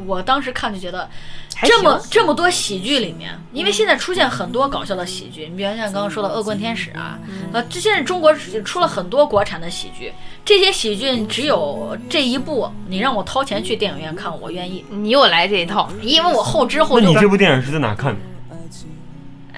E: 我当时看就觉得，
B: 还
E: 这么
B: 行嗯
E: 这么多喜剧里面，因为现在出现很多搞笑的喜剧，你比如像刚刚说的《恶棍天使》啊，
B: 嗯
E: 呃，这现在中国出了很多国产的喜剧，这些喜剧只有这一部，你让我掏钱去电影院看，我愿意，
B: 你又来这一套，
E: 因为我后知后
D: 那你
E: 觉
D: 这，部电影是在哪看的？
E: 啊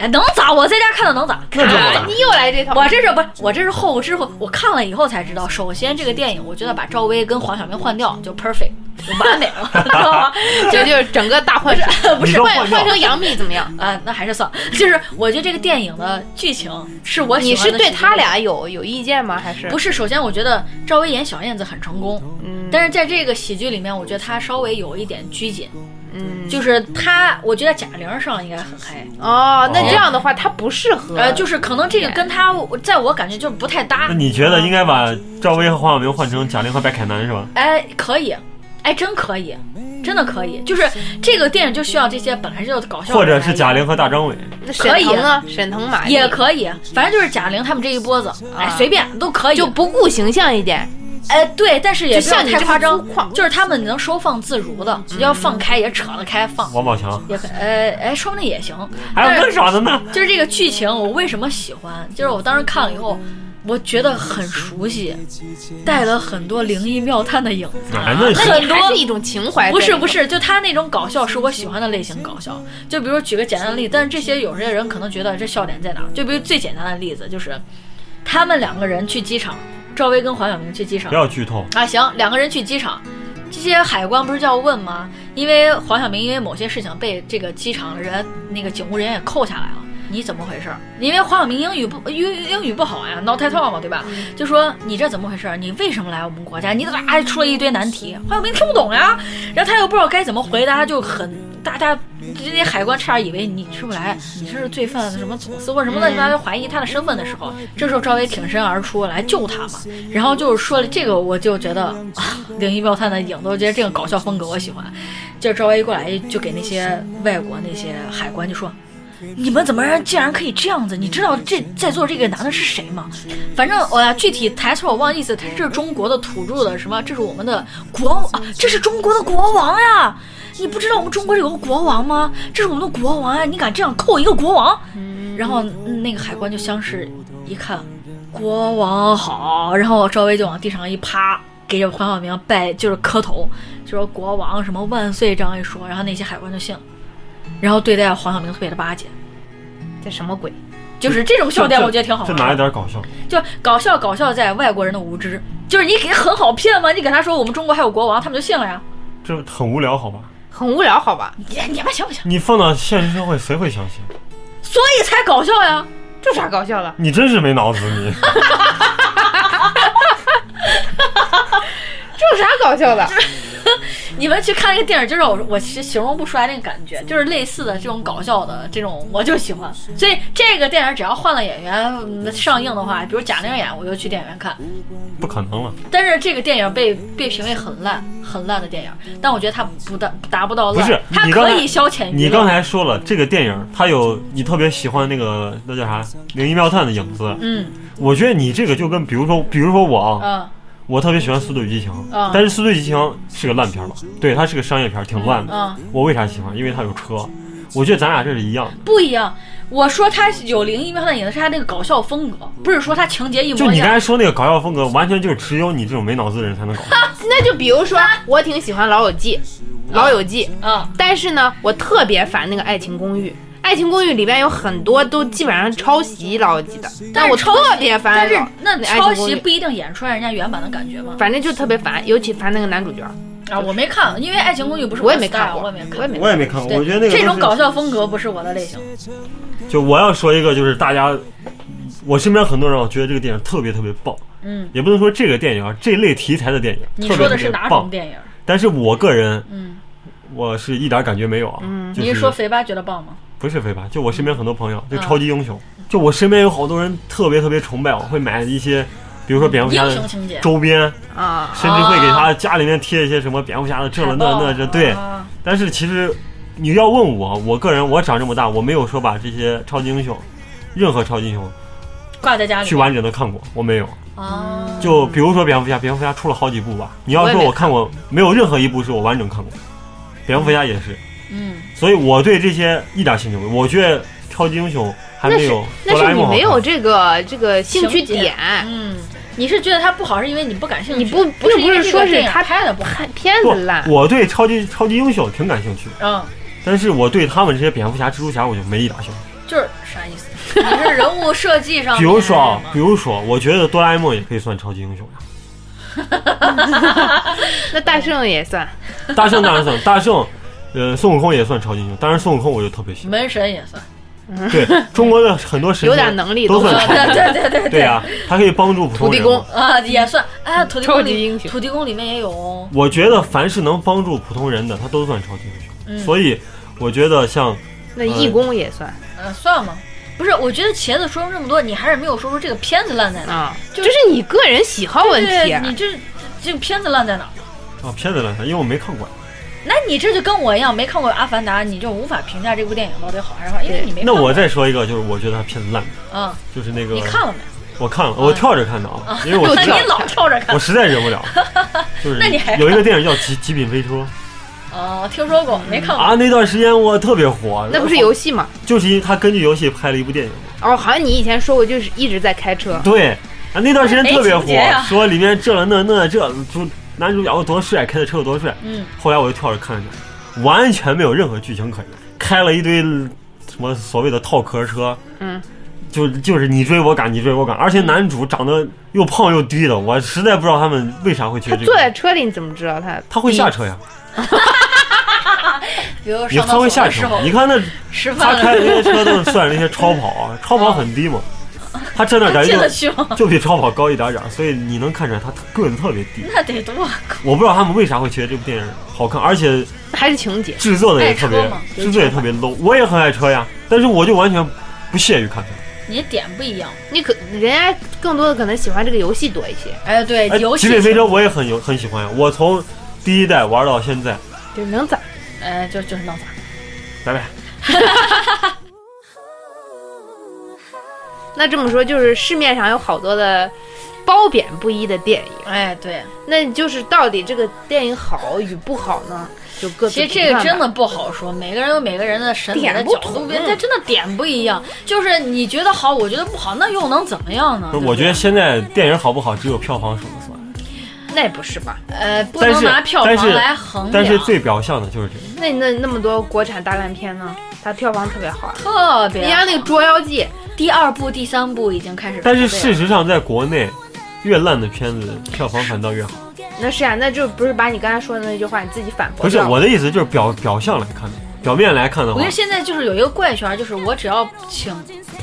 E: 哎，能咋？我在家看的能咋？
D: 那就好
B: 啊
D: 了。
B: 你又来这套，
E: 我这是不是我这是后知后，我看了以后才知道。首先，这个电影我觉得把赵薇跟黄晓明换掉就 perfect，就完美了， 知道吗？
B: 这就是整个大换水，不
D: 你
B: 是
D: 说
B: 换
D: 换
B: 换
D: 掉
B: 成杨幂怎么样？
E: 啊，那还是算了。 就是我觉得这个电影的剧情是我喜
B: 你
E: 欢
B: 是
E: 的
B: 对
E: 喜剧
B: 他
E: 类型
B: 俩有有意见吗？还是
E: 不
B: 是？
E: 是？首先，我觉得赵薇演小燕子很成功，
B: 嗯
E: 但是在这个喜剧里面，我觉得她稍微有一点拘谨，
B: 嗯，
E: 就是她，我觉得贾玲上应该很嗨。
B: 哦，那这样的话他不适合，
E: 呃，就是可能这个跟她，我在我感觉就不太搭
D: 那。你觉得应该把赵薇和黄晓明换成贾玲和白凯南是吧？
E: 哎，可以，哎，真可以，真的可以。就是这个电影就需要这些本来就搞笑的
D: 或
E: 人来
D: 者
E: 演，
D: 是贾玲和大张伟？
B: 那沈
E: 可以
B: 腾呢？沈腾马丽
E: 也可以，反正就是贾玲他们这一波子，哎，
B: 啊
E: 随便都可以，
B: 就不顾形象一点，
E: 哎，对，但是也
B: 就
E: 不要
B: 像你
E: 太
B: 这
E: 夸
B: 么
E: 张
B: 粗犷，嗯
E: 就是他们能收放自如的，要放开也扯得开放，
D: 王宝强，
E: 也可呃哎，说不定也行。
D: 还有
E: 但
D: 更
E: 是
D: 傻的呢。
E: 就是这个剧情，我为什么喜欢？就是我当时看了以后，我觉得很熟悉，带了很多灵异妙探的影子。
D: 啊，那
B: 那
D: 是
B: 你
E: 很多
B: 还是一种情怀在里面。
E: 不是不是，就他那种搞笑是我喜欢的类型搞笑。就比如举个简单的例子，但是这些有些人可能觉得这笑点在哪儿？就比如最简单的例子就是，他们两个人去机场，赵薇跟黄晓明去机场
D: 不，要剧透。
E: 啊，行，两个人去机场，这些海关不是就要问吗？因为黄晓明因为某些事情被这个机场人那个警务人员也扣下来了。你怎么回事儿？因为黄晓明英语不英英语不好呀，not at all 嘛，对吧？就说你这怎么回事儿？你为什么来我们国家？你咋还出了一堆难题？黄晓明听不懂呀，然后他又不知道该怎么回答，就很大家这些海关差点以为你是不是来，你是罪犯什么走私或者什么乱七八糟怀疑他的身份的时候，这时候赵薇挺身而出来救他嘛。然后就是说了这个，我就觉得 啊，灵异妙探的影子，我觉得这个搞笑风格我喜欢。就是赵薇一过来就给那些外国那些海关就说。你们怎么人竟然可以这样子？你知道这在座这个男的是谁吗？反正我呀，具体台词我忘意思，他这是中国的土著的什么？这是我们的国啊，这是中国的国王呀！你不知道我们中国有个国王吗？这是我们的国王呀！你敢这样扣一个国王？然后嗯那个海关就相视一看，国王好，然后赵薇就往地上一趴，给黄晓明拜就是磕头，就说国王什么万岁这样一说，然后那些海关就信了，然后对待黄晓明特别的巴结。
B: 这什么鬼？
E: 就是这种笑点，我觉得挺好
D: 这
E: 玩。
D: 哪有点搞笑？
E: 就搞笑搞笑在外国人的无知，就是你给很好骗嘛，你给他说我们中国还有国王，他们就信了呀。
D: 这很无聊，好吧？
B: 很无聊，好吧？
E: 你你们行不行？
D: 你放到现实社会，谁会相信？
E: 所以才搞笑呀。
B: 这有啥搞笑的？
D: 你真是没脑子，你
B: 这有啥搞笑的？
E: 你们去看那个电影，就是我我其实形容不出来那个感觉，就是类似的这种搞笑的这种，我就喜欢。所以这个电影只要换了演员嗯上映的话，比如贾玲演，我就去电影院看。
D: 不可能了，
E: 但是这个电影被被评为很烂很烂的电影，但我觉得它不达达不到
D: 不
E: 烂，
D: 是
E: 它
D: 你刚
E: 可
D: 才
E: 以消遣娱乐
D: 你刚才说了，这个电影它有你特别喜欢那个那叫啥《灵异妙探》的影子。
E: 嗯
D: 我觉得你这个就跟比如说，比如说我啊，
E: 嗯
D: 我特别喜欢《速度与激情》
E: 嗯
D: 但是《速度与激情》是个烂片儿吧？对，它是个商业片儿，挺烂的。
E: 嗯，
D: 我为啥喜欢？因为它有车。我觉得咱俩这是一样的，
E: 不一样。我说它有灵异妙探影的是它那个搞笑风格，不是说它情节一
D: 就
E: 模一
D: 你刚才
E: 样。
D: 说那个搞笑风格，完全就是只有你这种没脑子的人才能搞。
B: 那就比如说，我挺喜欢《老友记》，《老友记》
E: 嗯，
B: 但是呢，我特别烦那个《爱情公寓》。《爱情公寓》里边有很多都基本上抄袭《老友记》的，但我特别烦
E: 但是
B: 老
E: 那
B: 爱情
E: 抄
B: 公
E: 袭
B: 寓
E: 不一定演出来人家原版的感觉嘛。
B: 反正就特别烦，尤其烦那个男主角。
E: 啊，我没看，因为《爱情公寓》不是
B: 我也
E: 的
B: 没
E: style，
B: 看过，
E: 我也没 看
B: 我也没
D: 也没看
E: 对这种搞笑风格不是我的类型。
D: 就我要说一个，就是大家，我身边很多人，我觉得这个电影特别特别棒，
E: 嗯，
D: 也不能说这个电影啊，这类题材的电影，
E: 你
D: 特
E: 说
D: 别
E: 的
D: 特
E: 是
D: 别
E: 哪种
D: 棒。
E: 电影？
D: 但是我个人，
E: 嗯，
D: 我是一点感觉没有啊。就
E: 你
D: 是
E: 是说肥八觉得棒吗？
D: 不是飞吧？就我身边很多朋友，就
E: 嗯
D: 超级英雄，就我身边有好多人特别特别崇拜我，会买一些，比如说蝙蝠侠
E: 英雄
D: 的
E: 情节。
D: 周边，
B: 啊。
D: 甚至会给他家里面贴一些什么蝙蝠侠的这了那那这对。
E: 啊
D: 但是其实你要问我，我个人我长这么大，我没有说把这些超级英雄，任何超级英雄
E: 挂在家里
D: 去完整的看过，我没有。
E: 啊，
D: 就比如说蝙蝠侠，蝙蝠侠出了好几部吧，你要
B: 我也
D: 说
B: 没
D: 我看过，没有任何一部是我完整看过，蝙蝠侠也是。
E: 嗯，
D: 所以我对这些一点兴趣没有。我觉得超级英雄还
B: 那
D: 没
B: 是
D: 有
B: 那
D: 哆啦
B: 是
D: A
B: 你
D: 梦好
B: 没
D: 看
B: 有这个这个兴趣
E: 情节
B: 点，
E: 嗯，你是觉得它不好，是因为你不感兴趣？
B: 你不
E: 不
B: 并不是说是
E: 他
B: 他
E: 拍的不好。
B: 看片子烂
D: 不，。我对超级超级英雄挺感兴趣，
E: 嗯，
D: 但是我对他们这些蝙蝠侠、蜘蛛侠我就没一点兴趣。
E: 就是啥意思？你是人物设计上面
D: 比如说啊，
E: 吗
D: 比如说，我觉得哆啦 A 梦也可以算超级英雄呀。
B: 那大圣也算，
D: 大圣当然算，大圣，呃，孙悟空也算超级英雄，当然孙悟空我就特别喜欢。
E: 门神也算，
D: 对，中国的很多神
B: 有
D: 仙
B: 点能力
D: 都
B: 都
D: 算
B: 算
D: 超级英雄。
E: 对对对对
D: 对呀、他可以帮助普通
B: 土地
D: 人
B: 公
D: 嘛。
E: 啊，也算。哎，土地公
B: 超级
E: 里
B: 英雄
E: 土地公里面也有哦。
D: 我觉得凡是能帮助普通人的，他都算超级英雄。
E: 嗯
D: 所以我觉得像
B: 那义工也算
E: 嗯，算吗？不是，我觉得茄子说了这么多，你还是没有说出这个片子烂在哪。
B: 啊，
E: 就
B: 这是你个人喜好问题啊
E: 对，你这这个片子烂在哪？
D: 啊，片子来看，因为我没看过。
E: 那你这就跟我一样，没看过《阿凡达》，你就无法评价这部电影到底好还是坏，因为你没看
D: 那
E: 过。
D: 我再说一个，就是我觉得他片子烂，
E: 嗯，
D: 就是那个
E: 你看了没？
D: 我看了，我跳着看的啊，因为我
E: 那
D: 跳
E: 你，老跳着看
D: 我。实在忍不 了。就是
E: 那你还
D: 有一个电影叫《极极品飞车
E: 哦，听说过，没》看过。
D: 啊，那段时间我特别火。
B: 那不是游戏吗？
D: 就是因为他根据游戏拍了一部电影，
B: 哦，好像你以前说过，就是一直在开车。
D: 对啊，那段时间特别
E: 哎没情节呀
D: 火，说里面这了那那这，就男主角有多帅，开的车有多帅。
E: 嗯，
D: 后来我就跳着看了看，完全没有任何剧情可言，开了一堆什么所谓的套壳车，
B: 嗯，
D: 就就是你追我赶，你追我赶，而且男主长得又胖又低的，我实在不知道他们为啥会去
B: 他
D: 这个。
B: 坐在车里，你怎么知道他？
D: 他会下车呀，
E: 比如
D: 你
E: 上
D: 他
E: 厕
D: 会
E: 所
D: 下
E: 的时
D: 车
E: 候
D: 吗，你看 那
E: 吃
D: 他
E: 饭
D: 开的
E: 了，
D: 那些车都是算那些超跑，啊超跑很低嘛，他站那
E: 哦他
D: 感
E: 进
D: 觉
E: 得
D: 就
E: 去吗？
D: 就比超跑高一点点儿，所以你能看出来他个子特别低。
E: 那得多高
D: 我不知道他们为啥会觉得这部电影好看，而且
B: 还是情节？
D: 制作的也特别
E: 爱车嘛，
D: 制作也特别 low。我也很爱车呀，但是我就完全不屑于看它。
E: 你点不一样。
B: 你可人家更多的可能喜欢这个游戏多一些，
E: 哎，对，
D: 哎，
E: 游
D: 《极
E: 戏
D: 品飞车》我也很有很喜欢呀，我从第一代玩到现在，
B: 就是能咋？
E: 哎，就就是闹砸。
D: 拜拜。
B: 那这么说，就是市面上有好多的褒贬不一的电影，
E: 哎，对，
B: 那你就是到底这个电影好与不好呢？就各自
E: 其实这
B: 评
E: 个
B: 判吧
E: 真的不好说，每个人有每个人的审美的
B: 点不
E: 角度
B: 同
E: 不一嗯样，他真的点不一样。就是你觉得好，我觉得不好，那又能怎么样呢？
D: 不是，
E: 对
D: 我
E: 对
D: 觉得现在电影好不好，只有票房说了算。
B: 那也不是吧？
E: 呃，不
D: 但
E: 能
D: 是
E: 拿票
D: 但
E: 房
D: 是
E: 来衡量。
D: 但是最表象的就是这个。
B: 那你那那么多国产大烂片呢，它票房特别好啊。
E: 特别
B: 你像那个《捉妖记》，
E: 第二部、第三部已经开始，
D: 但是事实上，在国内，越烂的片子票房反倒越好。
B: 那是啊，那就不是把你刚才说的那句话你自己反驳
D: 不是
B: 掉
D: 我的意思，就是表表象来看的，表面来看的
E: 我
D: 话
E: 觉得，现在就是有一个怪圈，就是我只要请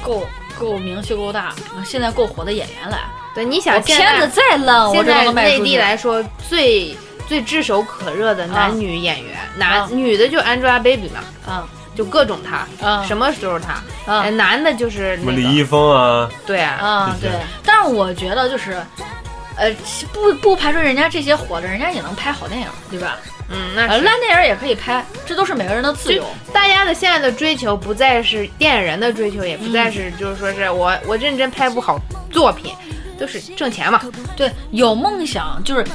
E: 够够名气够大，现在够火的演员来，
B: 对，你
E: 我
B: 想现
E: 片
B: 在
E: 子再烂，我
B: 现
E: 这
B: 在
E: 都能卖
B: 内
E: 出
B: 地
E: 去。
B: 来说最最炙手可热的男女演员，
E: 啊
B: 男女的就 Angelababy 嘛，
E: 啊
B: 就各种她，
E: 啊
B: 什么时候她，
E: 啊
B: 哎男的就是
D: 什么
B: 那个
D: 李易峰啊，
B: 对啊，
E: 啊，
D: 对
E: 对。但是我觉得就是，呃，不不排除人家这些火的，人家也能拍好电影，对吧？
B: 嗯，那
E: 呃，
B: 是。
E: 烂电影也可以拍，这都是每个人的自由
B: 就。大家的现在的追求不再是电影人的追求，也不再是就是说是我我认真拍部好作品，都是挣钱嘛。
E: 对，有梦想就是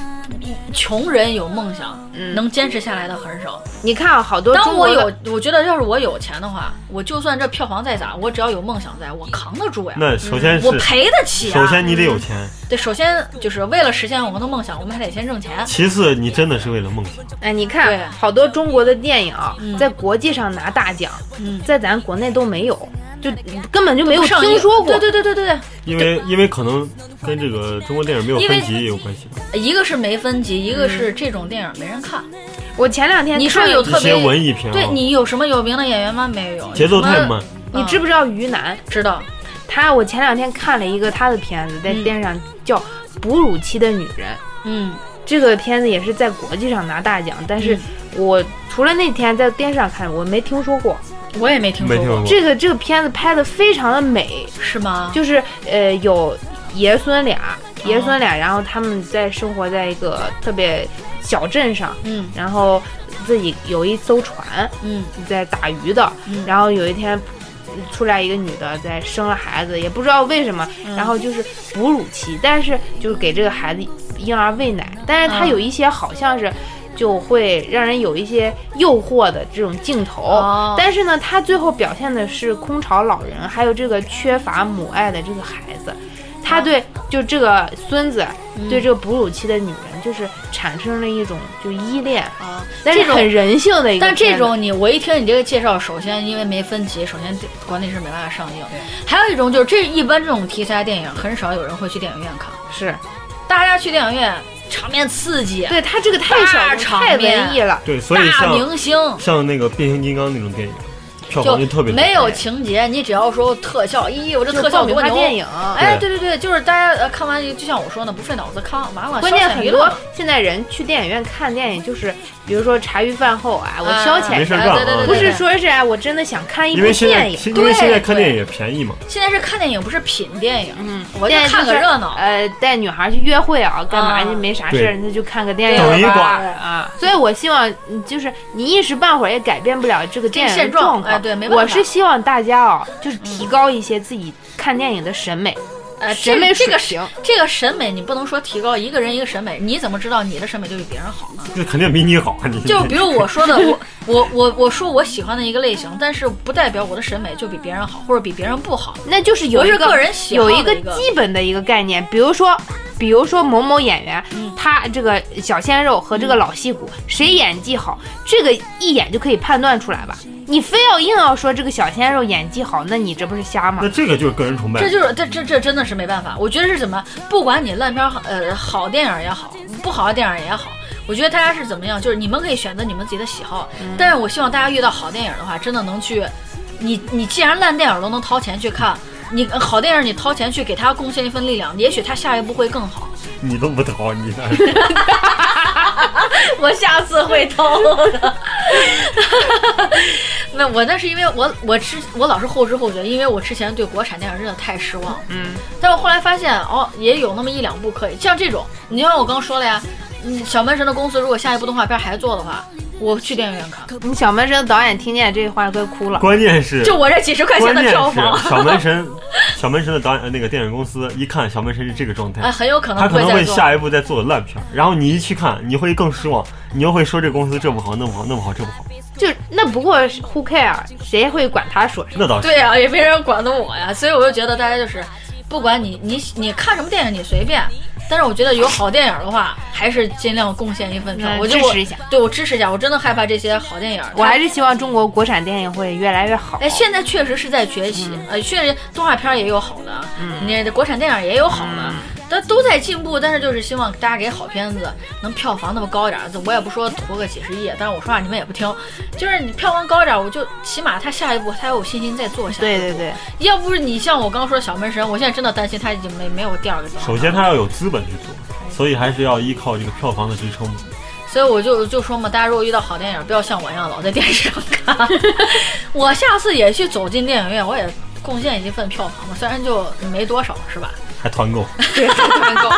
E: 穷人有梦想，
B: 嗯
E: 能坚持下来的很少。
B: 你看啊，好多
E: 当
B: 中国的
E: 我有，我觉得要是我有钱的话，我就算这票房再咋，我只要有梦想在，我扛得住呀。
D: 那首先是
E: 我赔得起啊！
D: 首先你得有钱，
E: 对，首先就是为了实现我们的梦想，我们还得先挣钱。
D: 其次你真的是为了梦想。
B: 哎，你
E: 对
B: 看好多中国的电影啊在国际上拿大奖，
E: 嗯
B: 在咱国内都没有，就根本就没有
E: 上映
B: 听说过。
E: 对对对对对
D: 因为因为可能跟这个中国电影没有
E: 因为
D: 分级也有关系吧，
E: 对，一个是没分级，一个是这种电影没人看。
B: 我前两天
E: 你说
B: 看了
E: 有
B: 一
E: 特
D: 一
E: 别
D: 些文艺片
E: 对
D: 啊，
E: 你有什么有名的演员吗？没有。
D: 节奏太
E: 有什么
D: 慢，
B: 你知不知道于南？
E: 知道
B: 他我前两天看了一个他的片子，在
E: 嗯
B: 电视上叫《哺乳期的女人》。
E: 嗯
B: 这个片子也是在国际上拿大奖，但是我除了那天在电视上看，我没听说过。
E: 我也没听
D: 没
E: 说
D: 听
E: 过
D: 说，过。
B: 这个这个片子拍的非常的美，
E: 是吗？
B: 就是呃有爷孙俩，爷
E: 哦
B: 孙俩，然后他们在生活在一个特别小镇上，
E: 嗯
B: 然后自己有一艘船
E: 嗯
B: 在打鱼的，
E: 嗯
B: 然后有一天。出来一个女的在生了孩子，也不知道为什么，
E: 嗯
B: 然后就是哺乳期，但是就是给这个孩子婴儿喂奶，但是它
E: 嗯
B: 有一些好像是就会让人有一些诱惑的这种镜头，
E: 哦
B: 但是呢，它最后表现的是空巢老人，还有这个缺乏母爱的这个孩子，他对就这个孙子、
E: 嗯
B: 对这个哺乳期的女人，就是产生了一种就依恋，
E: 啊，
B: 但
E: 这
B: 是
E: 种
B: 很人性的一个
E: 但
B: 片子，
E: 这种你我一听你这个介绍，首先因为没分级，首先国内是没办法上映。还有一种就是这一般这种题材电影很少有人会去电影院看，
B: 是
E: 大家去电影院场面刺激，
B: 对他这个太小
E: 大
B: 众
E: 场
B: 太
E: 面
B: 文艺了。
D: 对，所以
E: 大
D: 像
E: 明星
D: 像那个变形金刚那种电影，票
E: 就
D: 房就特别低
E: 没有情节，你只要说特效，咦，我这
B: 就是
E: 特效
B: 爆米
E: 多
B: 花
E: 牛！
B: 电影，
E: 哎，对对对，就是大家呃看完就像我说呢，不费脑子看完了，
B: 关键
E: 消遣
B: 很
E: 娱乐
B: 多现在人去电影院看电影，就是比如说茶余饭后啊，我
E: 啊
B: 消遣
D: 没
B: 一
D: 事
B: 下，
D: 儿干
E: 对对对
D: 啊
E: 对，
B: 不是说是哎，我真的想看一
D: 因
B: 部
D: 为现在
B: 电影，
D: 因为现在看
E: 对
D: 电影也便宜嘛，
E: 现在是看电影，不是品电影，
B: 嗯，
E: 我就
B: 现在
E: 看个
B: 是
E: 热闹。
B: 呃，带女孩去约会啊，干嘛
E: 啊
B: 就没啥事儿，
D: 对
B: 那就看个电影
D: 抖音
B: 吧
D: 馆
B: 啊。所以我希望，嗯就是你一时半会儿也改变不了这个电影
E: 这
B: 的
E: 个现状
B: 状况。
E: 哎对没办法嗯
B: 我是希望大家哦，就是提高一些自己看电影的审美，
E: 呃，
B: 审美
E: 这这个
B: 水平
E: 这个审美你不能说提高一个人一个审美，你怎么知道你的审美就比别人好呢？
D: 这肯定比你好啊！你
E: 就比如我说的，我我我我说我喜欢的一个类型，但是不代表我的审美就比别人好，或者比别人不好。
B: 那就是有
E: 我
B: 一
E: 是
B: 个
E: 个人喜好
B: 有
E: 的
B: 一个
E: 一个
B: 基本的一个概念，比如说。比如说某某演员，他这个小鲜肉和这个老戏骨，
E: 嗯
B: 谁演技好，这个一眼就可以判断出来吧？你非要硬要说这个小鲜肉演技好，那你这不是瞎吗
D: 那？这个就是个人崇拜
E: 这，就是这这这真的是没办法。我觉得是怎么，不管你烂片儿呃好电影也好，不好的电影也好，我觉得大家是怎么样，就是你们可以选择你们自己的喜好。但是我希望大家遇到好电影的话，真的能去，你你既然烂电影都能掏钱去看，你呃好电影你掏钱去给他贡献一份力量，也许他下一步会更好。
D: 你都不投， 你 那
E: 我下次会偷的。那我那是因为我我之我老是后知后觉，因为我之前对国产电影真的太失望。
B: 嗯，
E: 但我后来发现哦，也有那么一两部可以，像这种，你就像我刚说了呀，嗯，小门神的公司如果下一部动画片还做的话，我去电影院看，
B: 你小门神导演听见这话快 哭了。
D: 关键是
E: 就我这几十块钱
D: 关
E: 的
D: 键
E: 票
D: 是
E: 房，
D: 小 门神，小门神的导演呃那个电影公司一看小门神是这个状态
E: 哎，，很有可
D: 他
E: 能
D: 可能
E: 再
D: 会
E: 做。
D: 下一步再做烂片儿，然后你一去看，你会更失望，你又会说这公司这不好那不好那不好这不好，
B: 就那不过 who care，谁会管他说什么？
D: 那倒是
E: 对呀、也没人管得我呀，所以我就觉得大家就是，不管你你你看什么电影，你随便。但是我觉得有好电影的话，还是尽量贡献一份票。
B: 嗯
E: 我就
B: 支持一下，
E: 对我支持一下。我真的害怕这些好电影，
B: 我还是希望中国国产电影会越来越好。
E: 哎，现在确实是在崛起，呃，确实动画片也有好的，那、国产电影也有好的，但都在进步。但是就是希望大家给好片子能票房那么高一点儿，我也不说图个几十亿，但是我说话你们也不听，就是你票房高一点儿，我就起码他下一步他有信心再做下去。
B: 对对对，
E: 要不是你像我刚说的小门神，我现在真的担心他已经没没有第二个档了。
D: 首先他要有资本去做，所以还是要依靠这个票房的支撑嘛。
E: 所以我就就说嘛，大家如果遇到好电影，不要像我一样老在电视上 看。我下次也去走进电影院，我也贡献一份票房嘛，虽然就没多少，是吧？
D: 还团购，
B: 对，团购。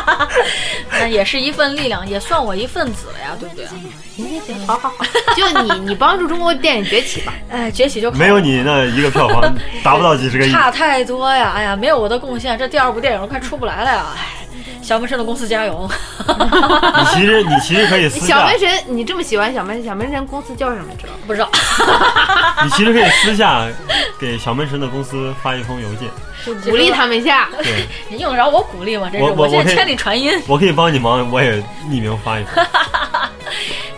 E: 那也是一份力量，也算我一份子了呀，对不对？
B: 行行行，好好好， 就你你帮助中国电影崛起吧。
E: 哎，崛起就靠
D: 没有你那一个票房达不到几十个亿，
E: 差太多呀！哎呀，没有我的贡献，这第二部电影都快出不来了呀！哎，小门神的公司 加油！
D: 你其实你其实可以私
B: 小
D: 下
B: 门，神，你这么喜欢小门神，小门神公司叫什么？知道吗？
E: 不知道，
D: 你其实可以私下给小门神的公司发一封邮件，
B: 就鼓励他们一下。
D: 对
E: 你用得着我鼓励吗？这是
D: 我我
E: 现
D: 我可
E: 在
D: 以
E: 千里传音，
D: 我可以帮你忙，我也匿名发一封。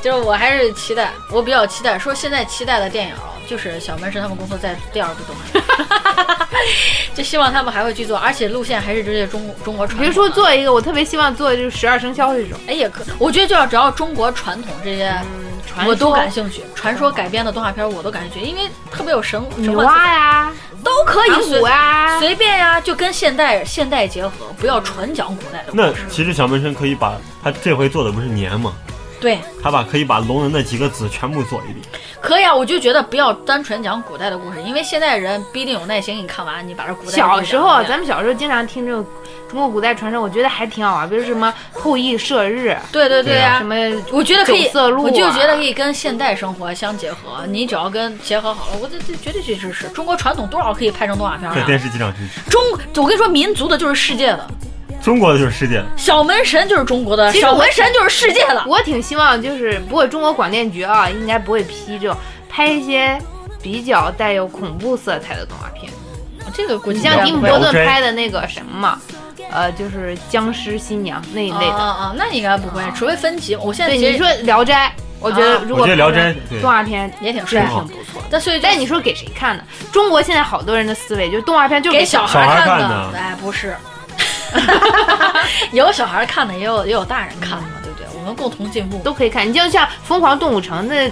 E: 就是我还是期待，我比较期待。说现在期待的电影啊，就是小门神他们公司在第二部动画， 就希望他们还会去做，而且路线还是这些中中国传统的。
B: 比如说做一个，我特别希望做的就是十二生肖这种，
E: 哎也可，我觉得就要只要中国传统这些。
B: 嗯，传
E: 我都
B: 说
E: 感兴趣，传说改编的动画片我都感兴趣，因为特别有神神
B: 女
E: 话色
B: 娲
E: 彩
B: 呀、
E: 都可以
B: 盘
E: 随
B: 古呀，
E: 随便呀、就跟现代现代结合，不要纯讲古代的故
D: 那
E: 事。
D: 其实小门神可以把他这回做的不是年吗？
E: 对，
D: 他把可以把龙的那几个子全部做一遍。
E: 可以啊，我就觉得不要单纯讲古代的故事，因为现代人不一定有耐心。你看完，你把这古代
B: 小时候，啊咱
E: 们
B: 们小时候经常听这种中国古代传说，我觉得还挺好玩，比如什么后羿射日，
E: 对对对
D: 对啊
E: 呀、
B: 什么
E: 我觉得可以
B: 九，色鹿啊
E: 我就觉得可以跟现代生活相结合。你只要跟结合好了，我这这绝对去支持。中国传统多少可以拍成动画片
D: 在
E: 啊？
D: 电视机上支持，
E: 中，我跟你说，民族的就是世界的，
D: 中国的就是世界的。
E: 小门神就是中国的，
B: 其实我
E: 小门神就是世界的。
B: 我挺希望就是，不过中国广电局啊，应该不会批这种拍一些比较带有恐怖色彩的动画片。
E: 这个估计
B: 你像
E: 应该
B: 蒂
D: 嗯
B: 姆·
E: 不会
B: 伯顿
D: 聊斋
B: 拍的那个什么嘛，呃，就是僵尸新娘那一类
E: 啊
B: 的。
E: 啊啊，那应该不会，除非分级。我现在
B: 对，
E: 其实
B: 你说《聊斋》，我觉
E: 啊
B: 得如果
D: 我觉得聊斋
B: 拍成
D: 对
B: 动画片
E: 也挺
B: 是
E: 帅
D: 挺好
B: 挺不错的。
E: 但所以就
B: 但你说给谁看呢？中国现在好多人的思维就是动画片就是
E: 给小
B: 孩
E: 孩
D: 小孩
E: 看
D: 看的
E: 哎，不是， 有小孩看的，也有也有大人看的嘛，对不对？我们共同进步。
B: 都可以看。你就像《疯狂动物城》那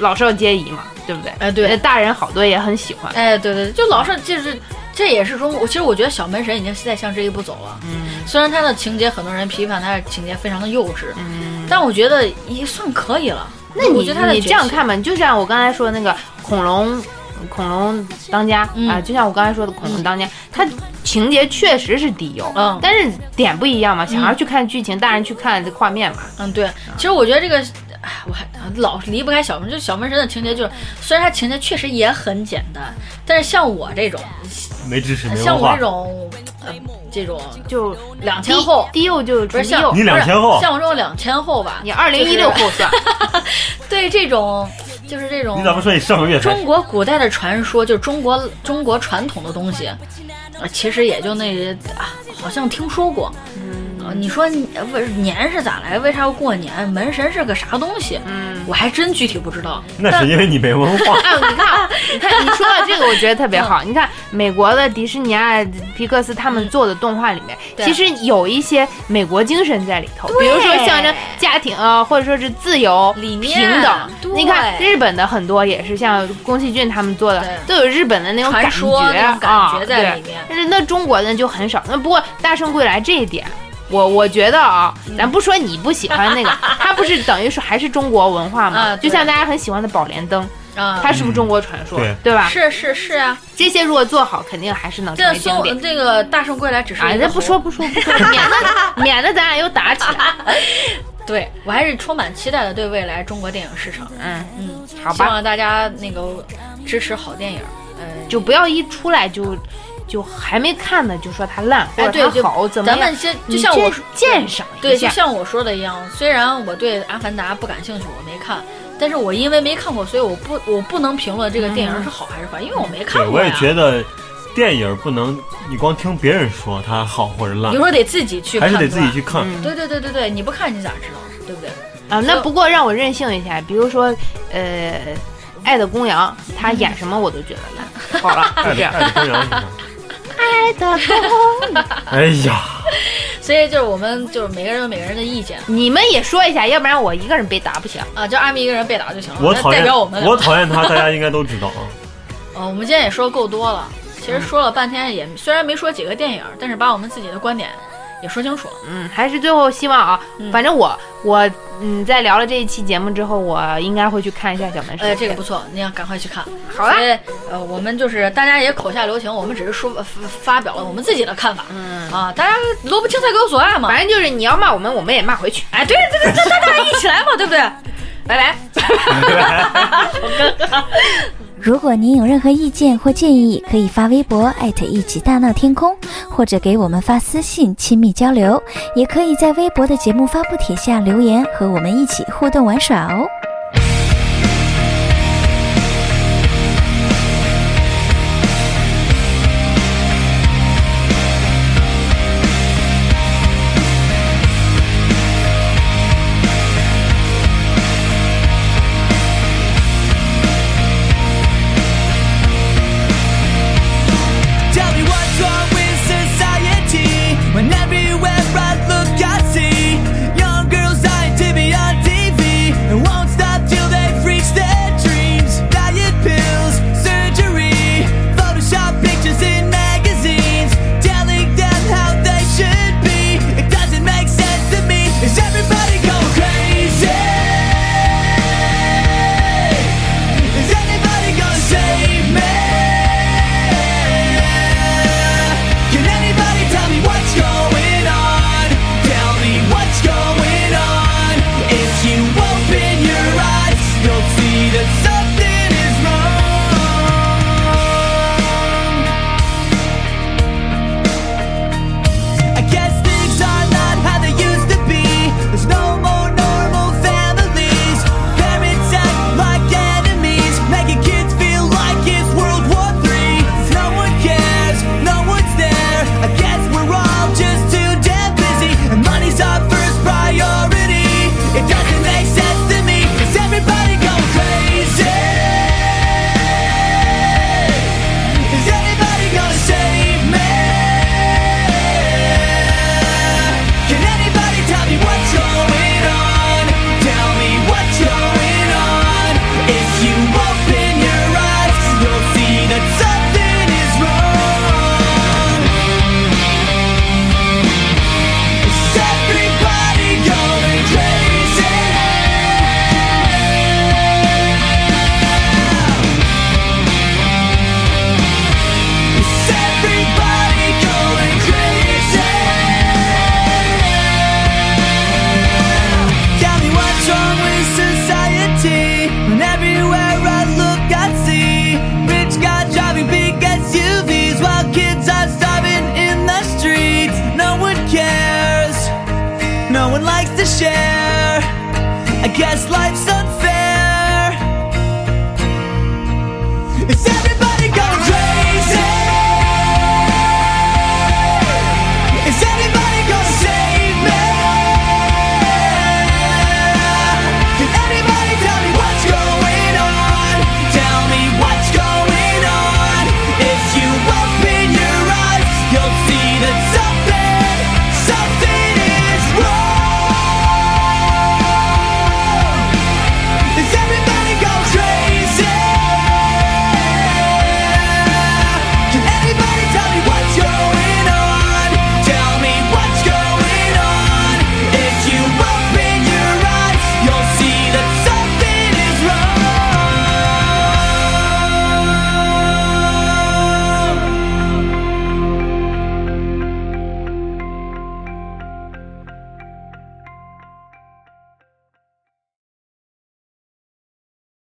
B: 老少皆宜嘛，对不对？
E: 哎对
B: 呃大人好多也很喜欢。
E: 哎，对对，对就老是就是，这也是中国。其实我觉得小门神已经是在向这一步走了。
B: 嗯
E: 虽然他的情节很多人批判他的情节非常的幼稚，
B: 嗯。
E: 但我觉得也算可以了。
B: 那你
E: 我觉得他的
B: 你
E: 崛
B: 这样
E: 起，
B: 看吧，就像我刚才说的那个恐龙，恐龙当家啊、
E: 嗯
B: 就像我刚才说的恐龙当家，它情节确实是低幼，
E: 嗯
B: 但是点不一样嘛，小孩去看剧情，大人去看这画面嘛。
E: 嗯，对，
D: 啊
E: 其实我觉得这个，哎，我还老离不开小门，就小门神的情节，就是虽然他情节确实也很简单，但是像我这种，
D: 没知识，没
E: 像
D: 文
E: 我
D: 化
E: 这。种，呃、这种
B: 就
E: 两千后
B: 低低幼就是
E: 不
B: 纯
E: 是
B: 低
E: 像
B: 幼
D: 你，两千
E: 不
D: 后
E: 是，像我这种两千后吧，
B: 你二零一六
E: 就是
B: 后 算，
E: 对这种就是这种
D: 你咋不说你上个月才？
E: 中国古代的传说，就是中国中国传统的东西，呃，其实也就那啊，好像听说过。
B: 嗯
E: 呃你说你呃不是年是咋来？为啥要过年？门神是个啥东西？
B: 嗯。。
E: 我还真具体不知道。
D: 那是因为你没文化
B: 哎，你看，你看，你说到这个，我觉得特别
E: 嗯
B: 好。你看美国的迪士尼啊、皮克斯他们做的动画里面，
E: 对
B: 其实有一些美国精神在里头，比如说象征家庭啊，或者说是自由、
E: 理念
B: 平等。
E: 对
B: 你看日本的很多也是像宫崎骏他们做的
E: 对，
B: 都有日本的那种感
E: 传
B: 觉
E: 说那种感
B: 啊
E: 觉，在里面
B: 对但是那中国的就很少。那不过《大圣归来》这一点。我我觉得啊，
E: 嗯
B: 咱不说你不喜欢那个，它不是等于是还是中国文化嘛？
E: 啊
B: 就
E: 对
B: 像大家很喜欢的《宝莲灯》，
E: 啊，
B: 它是不是中国传说？
D: 对
B: 吧？
E: 是是是啊，
B: 这些如果做好，肯定还是能成
E: 这
B: 为经典
E: 孙。这个大圣归来只是
B: 哎，
E: 一个
B: 咱不
E: 猴
B: 说不说不说，免得免得咱俩又打起来。
E: 对我还是充满期待的，对未来中国电影市场，
B: 嗯，
E: 嗯，
B: 好
E: 希
B: 吧，
E: 望大家那个支持好电影，呃，
B: 就不要一出来就就还没看呢，就说它烂或
E: 哎对
B: 者它好，怎么
E: 咱
B: 样？
E: 们先
B: 你
E: 就像
B: 这
E: 我说
B: 鉴赏一
E: 对，
B: 下，
E: 就像我说的一样，虽然我对《阿凡达》不感兴趣，我没看，但是我因为没看过，所以我不我不能评论这个电
D: 嗯
E: 影是好还是坏，因为我没看
D: 对，
E: 过
D: 我也
E: 呀
D: 觉得电影不能你光听别人说它好或者烂
E: 有，时候得自己去
D: 还
E: 看，
D: 是得自己去
E: 对吧。
D: 看。
B: 嗯
E: 对对对对对，你不看你咋知道？对不对？
B: 啊。那不过让我任性一下，比如说呃，《爱的公羊》，他演什么我都觉得 烂。好了，
D: 爱
B: 就这
D: 的
B: 样。
D: 爱的公羊是吗？
B: 爱的 公羊，
D: 哎呀，
E: 所以就是我们就是每个人有每个人的意见
B: 你们也说一下，要不然我一个人被打不行。
E: 啊，就阿米一个人被打就行了。
D: 我
E: 那
D: 讨
E: 代
D: 厌
E: 表我们俩。
D: 我讨厌他，大家应该都知道啊。
E: 呃，我们今天也说够多了，其
D: 嗯
E: 实说了半天也虽然没说几个电影，但是把我们自己的观点也说清楚了。
B: 嗯嗯，还是最后希望啊，反正我我嗯，在聊了这一期节目之后，我应该会去看一下小 门市。
E: 呃，这个不错，你要赶快去看。
B: 好啊
E: 所以呃，我们就是大家也口下留情，我们只是说呃发发表了我们自己的看法。嗯啊，大家萝卜青菜各有所爱嘛。
B: 反正就是你要骂我们，我们也骂回去。
E: 哎，对对对，大家一起来嘛，对不对？
B: 拜拜。
G: 如果您有任何意见或建议，可以发微博艾特一起大闹天空，或者给我们发私信亲密交流，也可以在微博的节目发布帖下留言，和我们一起互动玩耍哦。
H: Tell me what's wrong with society when everywhere I look I see young girls dying to be on TV and won't stop till they've reached their dreams. Diet pills, surgery, Photoshop pictures in magazines, telling them how they should be. It doesn't make sense to me. Is everybody going crazy? Is anybody gonna save me? Can anybody tell me what's going on? Tell me what's going on. If you open your eyes, you'll see that something is wrong. I guess things are not how they used to be. There's no more normal families. Parents act like enemies, making kids feel like it's World War Three. No one cares, no one's there. I guess we're all just too damn busy, and money's our first priority. It doesn't make sense to me. Is everybody going crazy? Is anybody gonna save me? Can anybody tell me what's going on? Tell me what's going on. If you open your eyes, you'll see that something is wrong. Is everybody going crazy? Is everybody going crazy? Tell me what's wrong with society when everywhere I look I see rich guys driving big SUVs while kids are starving in the streets. No one cares. No one likes to share. I guess life's unfair. Is